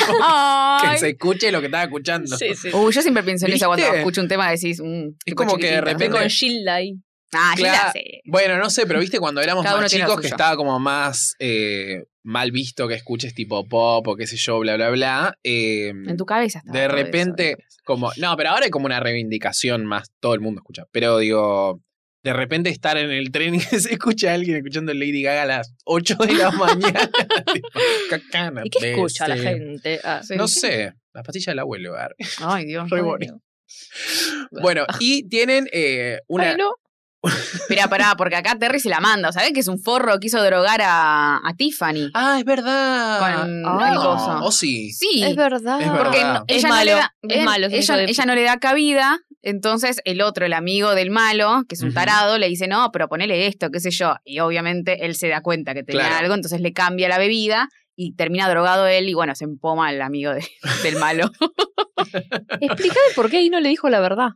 [SPEAKER 2] Ay.
[SPEAKER 1] se escuche lo que estaba escuchando.
[SPEAKER 3] Sí, sí.
[SPEAKER 2] Uy, yo siempre pienso en eso
[SPEAKER 1] ¿Viste?
[SPEAKER 2] cuando escucho un tema decís. mm, tipo
[SPEAKER 1] como que de
[SPEAKER 2] chiquitito.
[SPEAKER 1] repente-
[SPEAKER 3] Estoy con Gilda ahí.
[SPEAKER 2] Ah, yo
[SPEAKER 1] Claro.
[SPEAKER 2] la sé.
[SPEAKER 1] Bueno, no sé, pero viste cuando éramos
[SPEAKER 2] Cada uno
[SPEAKER 1] más
[SPEAKER 2] tiene lo
[SPEAKER 1] chicos que
[SPEAKER 2] suyo.
[SPEAKER 1] estaba como más eh, mal visto que escuches tipo pop o qué sé yo, bla, bla, bla. eh,
[SPEAKER 2] En tu cabeza estaba
[SPEAKER 1] de
[SPEAKER 2] todo eso,
[SPEAKER 1] repente,
[SPEAKER 2] ¿no?
[SPEAKER 1] como. No, pero ahora hay como una reivindicación más, todo el mundo escucha. Pero digo, de repente estar en el tren y que se escucha a alguien escuchando Lady Gaga a las 8 de la mañana. tipo, cacana,
[SPEAKER 3] ¿Y qué escucha la
[SPEAKER 1] bese.
[SPEAKER 3] gente? Ah,
[SPEAKER 1] No sé, la pastilla del abuelo. ar.
[SPEAKER 2] Ay, Dios.
[SPEAKER 1] Re
[SPEAKER 2] Ay,
[SPEAKER 1] bonito.
[SPEAKER 2] Dios.
[SPEAKER 1] Bueno, y tienen eh, una.
[SPEAKER 3] Ay, no.
[SPEAKER 2] Mirá, pará, porque acá Terry se la manda. ¿Sabés que es un forro que hizo drogar a, a Tiffany?
[SPEAKER 1] Ah, es verdad.
[SPEAKER 2] Con
[SPEAKER 1] Ah,
[SPEAKER 2] el coso.
[SPEAKER 1] O sí.
[SPEAKER 2] Sí.
[SPEAKER 4] Es verdad.
[SPEAKER 1] Es verdad.
[SPEAKER 2] Porque
[SPEAKER 1] Ah.
[SPEAKER 2] no-
[SPEAKER 3] Es
[SPEAKER 2] ella no
[SPEAKER 3] malo,
[SPEAKER 2] le da,
[SPEAKER 3] es malo, es un hijo
[SPEAKER 2] ella,
[SPEAKER 3] de
[SPEAKER 2] ella
[SPEAKER 3] puta.
[SPEAKER 2] no le da cabida, entonces el otro, el amigo del malo, que es un
[SPEAKER 1] Ujú.
[SPEAKER 2] tarado, le dice, no, pero ponele esto, qué sé yo. Y obviamente él se da cuenta que tenía
[SPEAKER 1] Claro.
[SPEAKER 2] algo, entonces le cambia la bebida y termina drogado él y bueno, se empoma el amigo de- del malo.
[SPEAKER 3] Explícame por qué ahí no le dijo la verdad.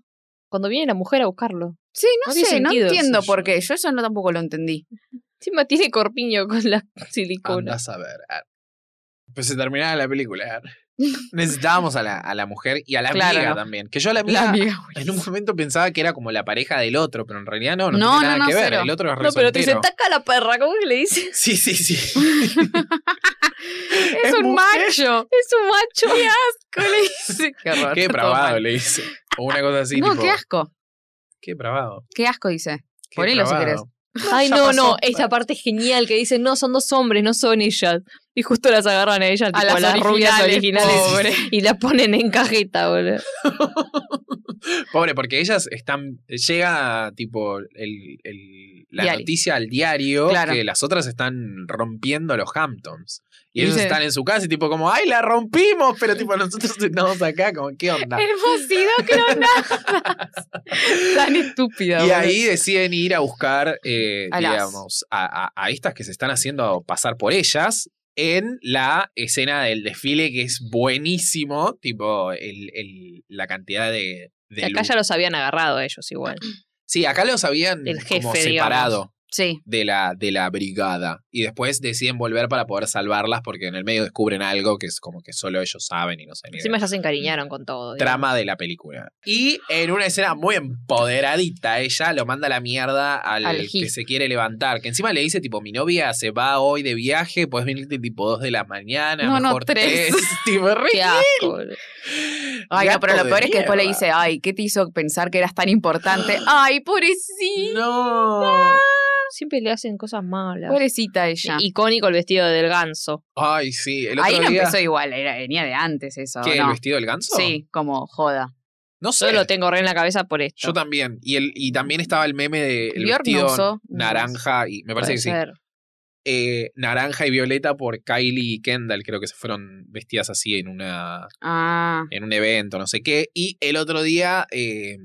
[SPEAKER 3] Cuando viene la mujer a buscarlo.
[SPEAKER 2] Sí, no,
[SPEAKER 3] No
[SPEAKER 2] sé,
[SPEAKER 3] tiene sentido,
[SPEAKER 2] no entiendo
[SPEAKER 1] sí,
[SPEAKER 2] por qué. Yo eso no tampoco lo entendí.
[SPEAKER 3] Encima tiene corpiño con la silicona.
[SPEAKER 1] Andás a ver. ar. Pues se terminaba la película. ar. Necesitábamos a la, a la mujer y a la
[SPEAKER 2] Claro,
[SPEAKER 1] amiga
[SPEAKER 2] no.
[SPEAKER 1] también. Que yo a la amiga,
[SPEAKER 2] La amiga.
[SPEAKER 1] en un momento pensaba que era como la pareja del otro, pero en realidad no, no,
[SPEAKER 2] No,
[SPEAKER 1] tiene nada
[SPEAKER 2] no, no,
[SPEAKER 1] que ver.
[SPEAKER 2] cero.
[SPEAKER 1] El otro es re
[SPEAKER 3] No, pero te dice,
[SPEAKER 1] soltero.
[SPEAKER 3] taca la perra, ¿cómo que le dice?
[SPEAKER 1] Sí, sí, sí.
[SPEAKER 2] Es, un
[SPEAKER 1] mujer.
[SPEAKER 2] macho.
[SPEAKER 3] Es un macho.
[SPEAKER 2] ¿Qué le dice? Qué horror.
[SPEAKER 1] Qué
[SPEAKER 2] todo
[SPEAKER 1] bravado
[SPEAKER 2] mal.
[SPEAKER 1] le dice. O una cosa así,
[SPEAKER 2] no,
[SPEAKER 1] tipo.
[SPEAKER 2] qué asco.
[SPEAKER 1] Qué bravado.
[SPEAKER 2] Qué asco dice.
[SPEAKER 1] qué
[SPEAKER 2] Ponelo si
[SPEAKER 1] bravado.
[SPEAKER 2] querés.
[SPEAKER 3] Ay,
[SPEAKER 1] Ya
[SPEAKER 3] no,
[SPEAKER 1] pasó.
[SPEAKER 3] no, esa parte es genial que dicen, no, son dos hombres, no son ellas. Y justo las agarran a ellas, tipo, a las, rubias originales.
[SPEAKER 2] pobre.
[SPEAKER 3] Y las ponen en cajeta, boludo.
[SPEAKER 1] Pobre, porque ellas están. Llega, tipo, el, el- la
[SPEAKER 2] Diario.
[SPEAKER 1] noticia al diario
[SPEAKER 2] Claro.
[SPEAKER 1] que las otras están rompiendo los Hamptons. Y,
[SPEAKER 2] Y
[SPEAKER 1] ellos
[SPEAKER 2] dice-
[SPEAKER 1] están en su casa y, tipo, como, ¡ay, la rompimos! Pero, tipo, nosotros estamos acá, como, ¿qué onda?
[SPEAKER 2] Hemos sido cronadas. Tan estúpida.
[SPEAKER 1] Y
[SPEAKER 2] boludo.
[SPEAKER 1] ahí deciden ir a buscar, eh,
[SPEAKER 2] A las-
[SPEAKER 1] digamos, a, a- a estas que se están haciendo pasar por ellas en la escena del desfile que es buenísimo, tipo el- el- la cantidad de... de
[SPEAKER 3] Acá
[SPEAKER 1] luz.
[SPEAKER 3] ya los habían agarrado a ellos igual.
[SPEAKER 1] Sí, acá los habían
[SPEAKER 3] El
[SPEAKER 1] como
[SPEAKER 3] jefe,
[SPEAKER 1] separado
[SPEAKER 2] Sí.
[SPEAKER 1] de la, de la brigada y después deciden volver para poder salvarlas porque en el medio descubren algo que es como que solo ellos saben y no sé ni
[SPEAKER 3] Encima
[SPEAKER 1] idea.
[SPEAKER 3] ya se encariñaron con todo. digamos.
[SPEAKER 1] trama de la película. Y en una escena muy empoderadita, ella lo manda a la mierda al,
[SPEAKER 2] Al
[SPEAKER 1] que
[SPEAKER 2] hit.
[SPEAKER 1] se quiere levantar. Que encima le dice, tipo, mi novia se va hoy de viaje, puedes venirte tipo 2 de la mañana,
[SPEAKER 2] No, no,
[SPEAKER 1] mejor
[SPEAKER 2] tres.
[SPEAKER 1] tres". Tipo, re-
[SPEAKER 3] Qué asco, boludo.
[SPEAKER 2] Ay, no,
[SPEAKER 1] Gato
[SPEAKER 2] pero lo
[SPEAKER 1] de
[SPEAKER 2] peor es que después le
[SPEAKER 1] mierda.
[SPEAKER 2] dice, ay, ¿qué te hizo pensar que eras tan importante? Ay, pobrecita.
[SPEAKER 1] No.
[SPEAKER 3] Siempre le hacen cosas malas.
[SPEAKER 2] Pobrecita ella.
[SPEAKER 3] Icónico el vestido del ganso.
[SPEAKER 1] Ay, sí. El otro
[SPEAKER 2] Ahí no
[SPEAKER 1] día,
[SPEAKER 2] empezó igual, era, venía de antes eso,
[SPEAKER 1] ¿Qué,
[SPEAKER 2] ¿no?
[SPEAKER 1] ¿El vestido del ganso?
[SPEAKER 2] Sí, como joda.
[SPEAKER 1] No sé.
[SPEAKER 3] Yo lo tengo re en la cabeza por esto.
[SPEAKER 1] Yo también. Y, el, y también estaba el meme de el
[SPEAKER 2] Bjorn
[SPEAKER 1] vestido
[SPEAKER 2] usó-
[SPEAKER 1] naranja y me parece
[SPEAKER 3] Puede
[SPEAKER 1] que sí.
[SPEAKER 3] ser.
[SPEAKER 1] Eh, naranja y violeta por Kylie y Kendall, creo que se fueron vestidas así en una
[SPEAKER 2] Ah,
[SPEAKER 1] en un evento, no sé qué. Y el otro día eh,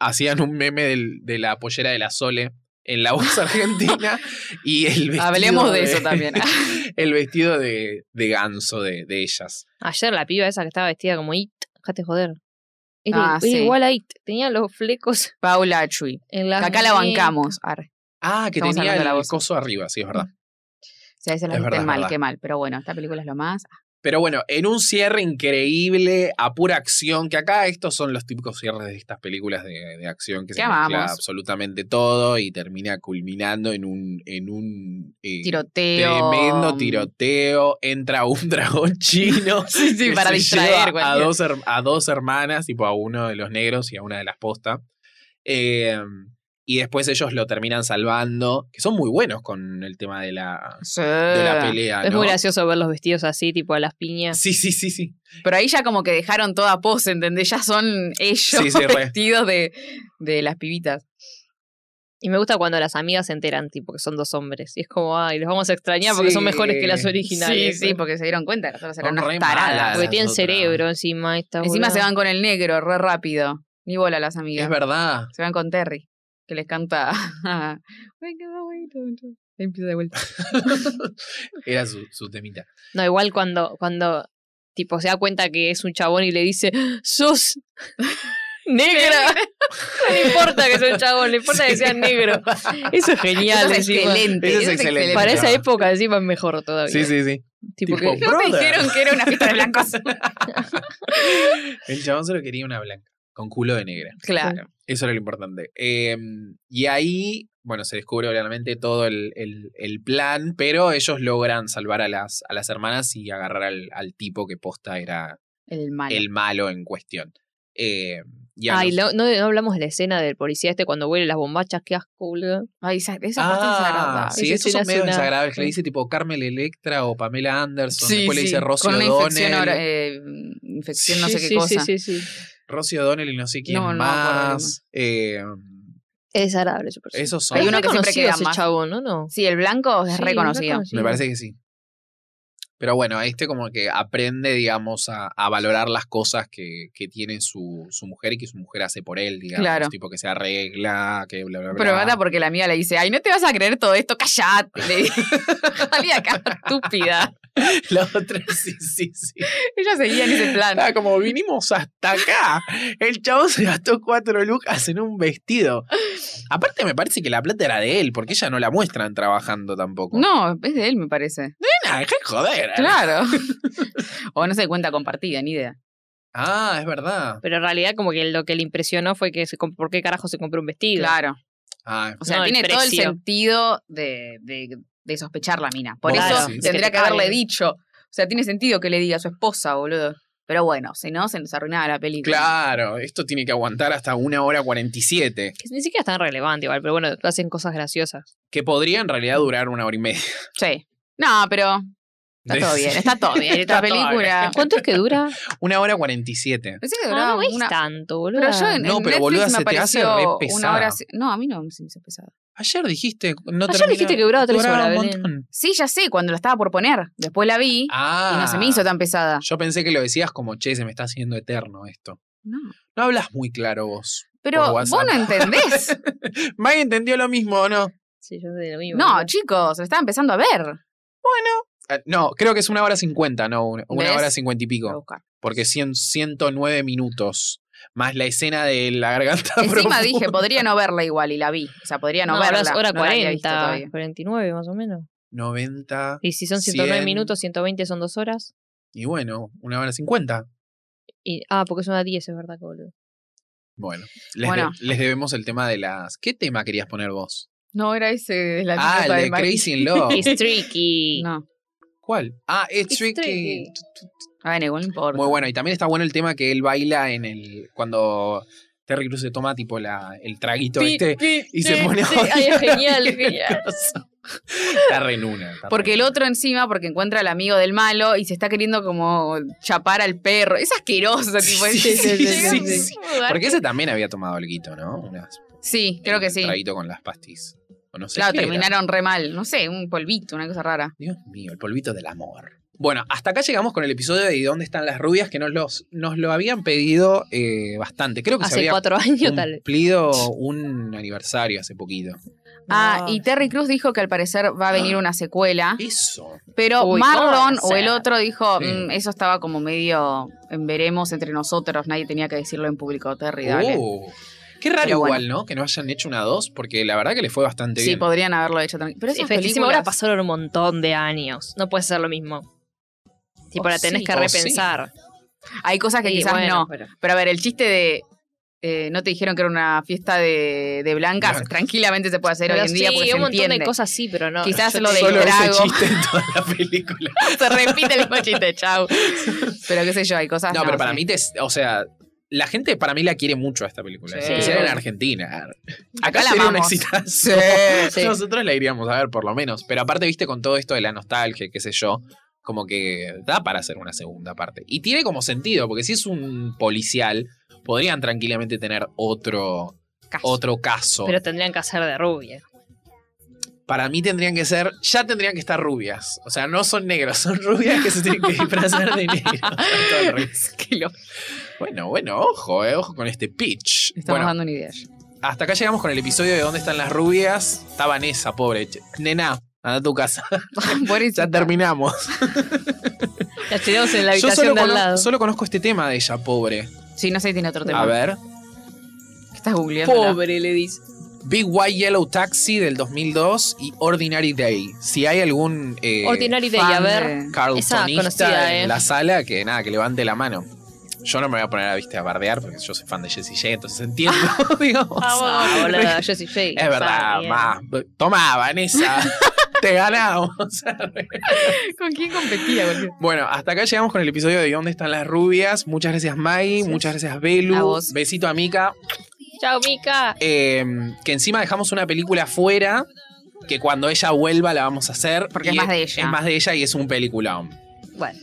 [SPEAKER 1] hacían un meme del- de la pollera de la Sole en la voz argentina y el vestido
[SPEAKER 2] hablemos de eso también. ¿eh?
[SPEAKER 1] el vestido de, de ganso de, de ellas.
[SPEAKER 3] Ayer la piba esa que estaba vestida como It, dejate joder. Era,
[SPEAKER 2] Ah,
[SPEAKER 3] era
[SPEAKER 2] sí.
[SPEAKER 3] igual a It. Tenía los flecos
[SPEAKER 2] Paula Chui.
[SPEAKER 3] en la.
[SPEAKER 2] Acá la bancamos. Arre.
[SPEAKER 1] Ah, que
[SPEAKER 2] Estamos
[SPEAKER 1] tenía
[SPEAKER 2] hablando de
[SPEAKER 1] el
[SPEAKER 2] la voz.
[SPEAKER 1] coso arriba, sí, es verdad.
[SPEAKER 2] O sea, se la
[SPEAKER 1] Es verdad,
[SPEAKER 2] visten
[SPEAKER 1] es
[SPEAKER 2] mal,
[SPEAKER 1] verdad.
[SPEAKER 2] qué mal. Pero bueno, esta película es lo más.
[SPEAKER 1] Pero bueno, en un cierre increíble, a pura acción, que acá estos son los típicos cierres de estas películas de, de acción que se
[SPEAKER 2] Que
[SPEAKER 1] mezcla
[SPEAKER 2] amamos.
[SPEAKER 1] absolutamente todo y termina culminando en un, en un eh,
[SPEAKER 2] Tiroteo.
[SPEAKER 1] tremendo tiroteo. Entra un dragón chino.
[SPEAKER 2] Sí, sí,
[SPEAKER 1] que
[SPEAKER 2] para
[SPEAKER 1] se
[SPEAKER 2] distraer,
[SPEAKER 1] lleva a
[SPEAKER 2] cualquier-
[SPEAKER 1] dos, her- a dos hermanas, tipo a uno de los negros y a una de las postas. y después ellos lo terminan salvando, que son muy buenos con el tema de la,
[SPEAKER 2] Sí.
[SPEAKER 1] de
[SPEAKER 2] Eh,
[SPEAKER 1] la pelea.
[SPEAKER 3] Es
[SPEAKER 1] Ah, ¿no?
[SPEAKER 3] muy gracioso ver los vestidos así, tipo a las piñas.
[SPEAKER 1] Sí, sí, sí, sí.
[SPEAKER 2] Pero ahí ya como que dejaron toda pose, ¿entendés? Ya son ellos
[SPEAKER 1] Sí, sí, re.
[SPEAKER 2] vestidos de, de las pibitas.
[SPEAKER 3] Y me gusta cuando las amigas se enteran, tipo, que son dos hombres. Y es como, ay, los vamos a extrañar porque son mejores que las
[SPEAKER 1] Sí.
[SPEAKER 3] originales.
[SPEAKER 2] Sí, sí, porque se dieron cuenta que las otras eran
[SPEAKER 1] Son
[SPEAKER 2] unas
[SPEAKER 1] re
[SPEAKER 2] taradas.
[SPEAKER 1] malas.
[SPEAKER 3] Porque tienen
[SPEAKER 1] Las otras.
[SPEAKER 3] cerebro encima. Esta
[SPEAKER 2] Encima
[SPEAKER 3] boluda.
[SPEAKER 2] se van con el negro, re rápido. Ni bola las amigas.
[SPEAKER 1] Es verdad.
[SPEAKER 2] Se van con Terry, que les canta. Wake up, wake up. Ahí Empieza de vuelta.
[SPEAKER 1] Era su, su temita.
[SPEAKER 3] No, igual cuando, cuando tipo se da cuenta que es un chabón y le dice, sos negra. no le importa que sea un chabón, le importa que sea negro. Eso es genial.
[SPEAKER 2] Eso es
[SPEAKER 3] encima.
[SPEAKER 2] excelente.
[SPEAKER 1] Eso es
[SPEAKER 2] eso
[SPEAKER 1] excelente.
[SPEAKER 3] Para esa
[SPEAKER 1] Claro.
[SPEAKER 3] época encima es mejor todavía.
[SPEAKER 1] Sí, sí, sí.
[SPEAKER 3] Tipo
[SPEAKER 1] Tipo,
[SPEAKER 3] que-
[SPEAKER 2] ¿No te
[SPEAKER 1] Brother.
[SPEAKER 2] dijeron que era una fiesta de blancos?
[SPEAKER 1] El chabón solo quería una blanca, con culo de negra.
[SPEAKER 2] claro.
[SPEAKER 1] Eso era lo importante. Eh, y ahí, bueno, se descubre obviamente todo el, el- el plan, pero ellos logran salvar a las, a las hermanas y agarrar al, al tipo que posta era
[SPEAKER 2] El mal.
[SPEAKER 1] el malo en cuestión. Eh, y a
[SPEAKER 3] Ay,
[SPEAKER 1] los-
[SPEAKER 3] no, no- no hablamos de la escena del policía este cuando huele las bombachas, qué asco, boludo.
[SPEAKER 2] Ay, esa, esa parte es
[SPEAKER 1] Ah,
[SPEAKER 2] desagradable.
[SPEAKER 1] sí,
[SPEAKER 3] Esa
[SPEAKER 1] esos
[SPEAKER 3] escena
[SPEAKER 1] son medio
[SPEAKER 3] suena-
[SPEAKER 1] desagradables. que Le dice tipo Carmel Electra o Pamela Anderson. después le dice Rosy
[SPEAKER 2] Con una infección,
[SPEAKER 1] O'Donnell.
[SPEAKER 2] ahora, eh, infección no
[SPEAKER 3] Sí,
[SPEAKER 2] sé qué
[SPEAKER 3] sí,
[SPEAKER 2] cosa.
[SPEAKER 3] Sí, sí, sí.
[SPEAKER 1] Rosy O'Donnell y no sé quién
[SPEAKER 2] No, no me acuerdo
[SPEAKER 1] más. Eh,
[SPEAKER 3] Es desagradable ese personaje.
[SPEAKER 1] esos son.
[SPEAKER 2] Hay
[SPEAKER 3] Es
[SPEAKER 2] uno que siempre
[SPEAKER 3] reconocido
[SPEAKER 2] queda
[SPEAKER 3] ese
[SPEAKER 2] más.
[SPEAKER 3] chabón, ¿no? no.
[SPEAKER 2] Sí, el blanco es
[SPEAKER 3] Sí,
[SPEAKER 2] reconocido.
[SPEAKER 3] reconocido.
[SPEAKER 1] Me parece que sí. Pero bueno, este como que aprende, digamos, a, a valorar las cosas que, que tiene su, su mujer y que su mujer hace por él, digamos.
[SPEAKER 2] Claro.
[SPEAKER 1] Tipo que se arregla, que bla, bla, bla.
[SPEAKER 2] Pero me mata porque la amiga le dice, ay, no te vas a creer todo esto, callate. Le dice, "Salí de acá, estúpida.
[SPEAKER 1] La otra, sí, sí, sí.
[SPEAKER 2] Ella seguía en ese
[SPEAKER 3] Ah,
[SPEAKER 2] plan.
[SPEAKER 1] Estaba Ah, como, vinimos hasta acá. El chavo se gastó cuatro lucas en un vestido. Aparte me parece que la plata era de él, porque ella no la muestran trabajando tampoco.
[SPEAKER 2] No, es de él, me parece.
[SPEAKER 1] Nena, dejá de joder.
[SPEAKER 2] Claro. o no se cuenta compartida, ni idea.
[SPEAKER 1] Ah, es verdad.
[SPEAKER 3] Pero en realidad como que lo que le impresionó fue que se comp- por qué carajo se compró un vestido.
[SPEAKER 2] Claro.
[SPEAKER 1] Ah,
[SPEAKER 2] O sea,
[SPEAKER 3] No, el
[SPEAKER 2] tiene todo el
[SPEAKER 3] precio.
[SPEAKER 2] sentido de, de- de sospechar la mina. Por
[SPEAKER 1] Vos
[SPEAKER 2] eso
[SPEAKER 1] decís.
[SPEAKER 2] tendría
[SPEAKER 3] Que te
[SPEAKER 2] que haberle
[SPEAKER 3] paguen.
[SPEAKER 2] dicho. O sea, tiene sentido que le diga a su esposa, boludo. Pero bueno, si no, se nos arruinaba la película.
[SPEAKER 1] Claro, esto tiene que aguantar hasta una hora 47,
[SPEAKER 3] Que ni siquiera es tan relevante igual, pero bueno, hacen cosas graciosas.
[SPEAKER 1] que podría en realidad durar una hora y media.
[SPEAKER 2] Sí. No, pero está todo bien, ¿eh? está todo bien. Esta
[SPEAKER 1] Está todo
[SPEAKER 2] película.
[SPEAKER 3] ¿Cuánto es que dura?
[SPEAKER 1] Una hora 47.
[SPEAKER 2] Pensé que
[SPEAKER 3] Ah,
[SPEAKER 2] duraba
[SPEAKER 3] no es
[SPEAKER 2] una-
[SPEAKER 3] tanto, boludo.
[SPEAKER 2] Pero yo en,
[SPEAKER 1] No,
[SPEAKER 2] en
[SPEAKER 1] pero,
[SPEAKER 2] Netflix
[SPEAKER 1] boluda,
[SPEAKER 2] me
[SPEAKER 1] se te hace re
[SPEAKER 2] apareció
[SPEAKER 1] pesada.
[SPEAKER 2] una hora... se- No, a mí no se me hizo pesada.
[SPEAKER 1] Ayer dijiste, no
[SPEAKER 3] Ayer
[SPEAKER 1] termina-
[SPEAKER 3] dijiste que duraba tres
[SPEAKER 1] duraba
[SPEAKER 3] horas,
[SPEAKER 1] un
[SPEAKER 3] Belén.
[SPEAKER 1] montón.
[SPEAKER 2] Sí, ya sé, cuando la estaba por poner. Después la vi
[SPEAKER 1] Ah.
[SPEAKER 2] y no se me hizo tan pesada.
[SPEAKER 1] Yo pensé que lo decías como, che, se me está haciendo eterno esto.
[SPEAKER 2] No.
[SPEAKER 1] No hablas muy claro vos.
[SPEAKER 2] Pero
[SPEAKER 1] Por
[SPEAKER 2] vos
[SPEAKER 1] WhatsApp.
[SPEAKER 2] no entendés.
[SPEAKER 1] Mike entendió lo mismo, ¿o ¿no?
[SPEAKER 3] Sí, yo de lo mismo.
[SPEAKER 2] no,
[SPEAKER 3] boludo.
[SPEAKER 2] chicos, la estaba empezando a ver.
[SPEAKER 1] Ah, No, creo que es una hora 50, no, una, una
[SPEAKER 2] ¿Ves?
[SPEAKER 1] hora 50 y
[SPEAKER 2] Voy a
[SPEAKER 1] pico.
[SPEAKER 2] buscar.
[SPEAKER 1] Porque cien- 109 minutos. Más la escena de la garganta
[SPEAKER 2] Encima
[SPEAKER 1] profunda.
[SPEAKER 2] dije, podría no verla igual y la vi. O sea, podría no,
[SPEAKER 3] no, ahora
[SPEAKER 2] verla.
[SPEAKER 3] es hora
[SPEAKER 2] no la había visto
[SPEAKER 3] 40,
[SPEAKER 2] todavía.
[SPEAKER 3] 49 más o menos.
[SPEAKER 1] 90.
[SPEAKER 3] Y si son 109
[SPEAKER 1] 100.
[SPEAKER 3] minutos, 120 son dos horas.
[SPEAKER 1] Y bueno, una hora 50.
[SPEAKER 3] Y, ah, porque son a 10, es verdad que boludo.
[SPEAKER 1] Bueno, les,
[SPEAKER 2] Bueno.
[SPEAKER 1] de- les debemos el tema de las. ¿Qué tema querías poner vos?
[SPEAKER 2] No, era ese de la
[SPEAKER 1] ah, el
[SPEAKER 2] anécdota de
[SPEAKER 1] de
[SPEAKER 2] Mike.
[SPEAKER 1] Crazy in Love.
[SPEAKER 3] Es tricky.
[SPEAKER 2] No.
[SPEAKER 1] ¿Cuál? Ah, It's,
[SPEAKER 3] It's
[SPEAKER 1] tricky.
[SPEAKER 3] Tricky.
[SPEAKER 2] Bueno, igual no importa.
[SPEAKER 1] Muy bueno. Y también está bueno el tema que él baila en el. cuando Terry Cruz se toma tipo la, el traguito este. y se pone a
[SPEAKER 3] Ay, es
[SPEAKER 1] bailar.
[SPEAKER 3] genial, genial.
[SPEAKER 1] está re en una. está re
[SPEAKER 2] Porque el
[SPEAKER 1] en una.
[SPEAKER 2] otro encima, porque encuentra al amigo del malo y se está queriendo como chapar al perro. Es asqueroso, tipo.
[SPEAKER 1] Sí,
[SPEAKER 2] este-
[SPEAKER 1] sí,
[SPEAKER 2] llega
[SPEAKER 1] sí,
[SPEAKER 2] un
[SPEAKER 1] sí.
[SPEAKER 2] lugar
[SPEAKER 1] Porque
[SPEAKER 2] que-
[SPEAKER 1] ese también había tomado alguito, ¿no? Unas-
[SPEAKER 2] Sí, creo que
[SPEAKER 1] un
[SPEAKER 2] sí.
[SPEAKER 1] Traguito con las pastis. O no sé
[SPEAKER 2] Claro,
[SPEAKER 1] qué era.
[SPEAKER 2] terminaron re mal. No sé, un polvito, una cosa rara.
[SPEAKER 1] Dios mío, el polvito del amor. Bueno, hasta acá llegamos con el episodio de ¿Y dónde están las rubias? que nos, los, nos lo habían pedido eh, bastante. Creo que se
[SPEAKER 3] Hace
[SPEAKER 1] había
[SPEAKER 3] cuatro años, tal vez.
[SPEAKER 1] cumplido un aniversario hace poquito.
[SPEAKER 2] Ah, y Terry Cruz dijo que al parecer
[SPEAKER 1] Ah.
[SPEAKER 2] va a venir una secuela.
[SPEAKER 1] Eso.
[SPEAKER 2] Pero
[SPEAKER 3] Uy, ¿cómo van
[SPEAKER 2] Marlon
[SPEAKER 3] a
[SPEAKER 2] o el
[SPEAKER 3] ser?
[SPEAKER 2] otro dijo,
[SPEAKER 1] Sí.
[SPEAKER 2] "Mm, eso estaba como medio en veremos entre nosotros, nadie tenía que decirlo en público, Terry, dale.
[SPEAKER 1] Oh, qué raro
[SPEAKER 2] Pero
[SPEAKER 1] igual, ¿no? Que no hayan hecho una dos, porque la verdad que le fue bastante
[SPEAKER 2] sí,
[SPEAKER 1] bien.
[SPEAKER 2] podrían haberlo hecho tranqui- Pero
[SPEAKER 3] Sí,
[SPEAKER 2] esas
[SPEAKER 3] Felicísimo, ahora
[SPEAKER 2] películas-
[SPEAKER 3] pasaron un montón de años. No puede ser lo mismo. Tipo,
[SPEAKER 1] Oh,
[SPEAKER 3] la tenés
[SPEAKER 1] sí.
[SPEAKER 3] que
[SPEAKER 1] Oh, sí.
[SPEAKER 3] repensar.
[SPEAKER 2] hay cosas que
[SPEAKER 3] Sí,
[SPEAKER 2] quizás
[SPEAKER 3] bueno,
[SPEAKER 2] no.
[SPEAKER 3] pero-
[SPEAKER 2] Pero a ver, el chiste de eh, no te dijeron que era una fiesta de, de blancas,
[SPEAKER 1] Blancas.
[SPEAKER 2] tranquilamente se puede hacer hoy
[SPEAKER 3] pero
[SPEAKER 2] en día
[SPEAKER 3] sí,
[SPEAKER 2] porque se
[SPEAKER 3] un montón de
[SPEAKER 2] entiende.
[SPEAKER 3] cosas sí, pero no.
[SPEAKER 2] Quizás
[SPEAKER 3] Yo
[SPEAKER 2] lo del
[SPEAKER 3] te digo,
[SPEAKER 1] Solo ese
[SPEAKER 2] drago.
[SPEAKER 1] chiste en toda la película.
[SPEAKER 2] se repite el mismo chiste, chau. Pero qué sé yo, hay cosas.
[SPEAKER 1] No, pero para
[SPEAKER 2] sí.
[SPEAKER 1] mí, te, o sea, la gente para mí la quiere mucho a esta película.
[SPEAKER 3] Sí.
[SPEAKER 1] Si quisiera en Argentina. Acá,
[SPEAKER 2] Acá la
[SPEAKER 1] sería un
[SPEAKER 2] amamos.
[SPEAKER 1] exitazo.
[SPEAKER 3] Sí.
[SPEAKER 1] Nosotros la iríamos a ver, por lo menos. Pero aparte, viste, con todo esto de la nostalgia, qué sé yo, como que da para hacer una segunda parte. Y tiene como sentido, porque si es un policial, podrían tranquilamente tener otro,
[SPEAKER 2] Caso.
[SPEAKER 1] otro caso.
[SPEAKER 3] Pero tendrían que hacer de rubia.
[SPEAKER 1] Para mí tendrían que ser, ya tendrían que estar rubias. O sea, no son negros, son rubias que se tienen que disfrazar de negros. Todo el resto.
[SPEAKER 2] Que lo-
[SPEAKER 1] Bueno, bueno, ojo, eh, ojo con este pitch.
[SPEAKER 2] Estamos
[SPEAKER 1] Bueno,
[SPEAKER 2] dando una idea.
[SPEAKER 1] hasta acá llegamos con el episodio de ¿Dónde están las rubias? Está Vanessa, pobre. che. Nena, anda a tu casa.
[SPEAKER 2] Por eso.
[SPEAKER 1] Ya terminamos.
[SPEAKER 3] La tiramos en la
[SPEAKER 1] Yo
[SPEAKER 3] habitación
[SPEAKER 1] solo,
[SPEAKER 3] de al
[SPEAKER 1] cono-
[SPEAKER 3] lado.
[SPEAKER 1] solo conozco este tema de ella, pobre.
[SPEAKER 2] Sí, no sé si tiene otro tema.
[SPEAKER 1] A ver.
[SPEAKER 2] ¿Qué estás googleando?
[SPEAKER 3] Pobre, le dice.
[SPEAKER 1] Big White Yellow Taxi del 2002 y Ordinary Day. Si hay algún eh,
[SPEAKER 3] Ordinary Day, a ver. Esa conocida,
[SPEAKER 1] Carltonista
[SPEAKER 3] eh.
[SPEAKER 1] en la sala, que nada, que levante la mano. Yo no me voy a poner a, viste, a bardear porque yo soy fan de Jessie J, entonces entiendo, digamos.
[SPEAKER 3] Ah, boluda, Jessie J.
[SPEAKER 1] es verdad, ma. Toma, Vanessa. Te ganamos.
[SPEAKER 2] ¿Con quién competía? boludo?
[SPEAKER 1] Bueno, hasta acá llegamos con el episodio de ¿Dónde están las rubias? Muchas gracias, Maggie. Muchas gracias, Belu.
[SPEAKER 2] A vos.
[SPEAKER 1] Besito a Mika.
[SPEAKER 3] Chao, Mica.
[SPEAKER 1] Eh, que encima dejamos una película fuera que cuando ella vuelva la vamos a hacer.
[SPEAKER 2] Porque
[SPEAKER 1] Y
[SPEAKER 2] es más de ella.
[SPEAKER 1] Es más de ella y es un peliculón.
[SPEAKER 2] Bueno.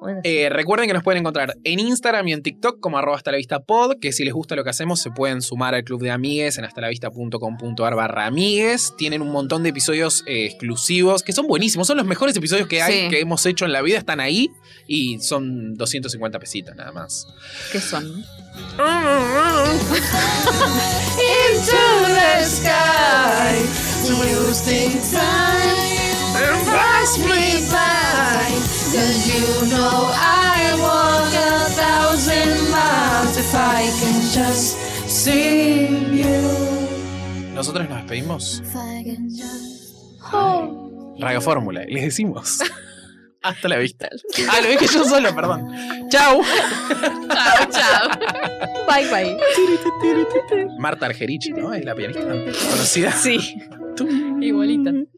[SPEAKER 3] Bueno,
[SPEAKER 1] Eh, recuerden que nos pueden encontrar en Instagram y en TikTok como arroba hasta la vista pod, que si les gusta lo que hacemos se pueden sumar al club de amigues en hasta la vista.com.ar barra amigues. Tienen un montón de episodios eh, exclusivos que son buenísimos, son los mejores episodios que hay,
[SPEAKER 2] Sí.
[SPEAKER 1] que hemos hecho en la vida, están ahí y son 250 pesitos nada más.
[SPEAKER 2] ¿Qué son?
[SPEAKER 4] Into the sky, wasting time. Pass me by, cause you know I walk a thousand miles if I can just see you.
[SPEAKER 1] Nosotros nos despedimos.
[SPEAKER 4] If I can just.
[SPEAKER 1] Radio Fórmula, les decimos. Hasta la vista. Ah, lo dije yo solo, perdón. Chau.
[SPEAKER 2] Chao, chao.
[SPEAKER 3] Bye, bye.
[SPEAKER 1] Marta Argerich, ¿no? Es la pianista conocida.
[SPEAKER 3] Sí. Igualita.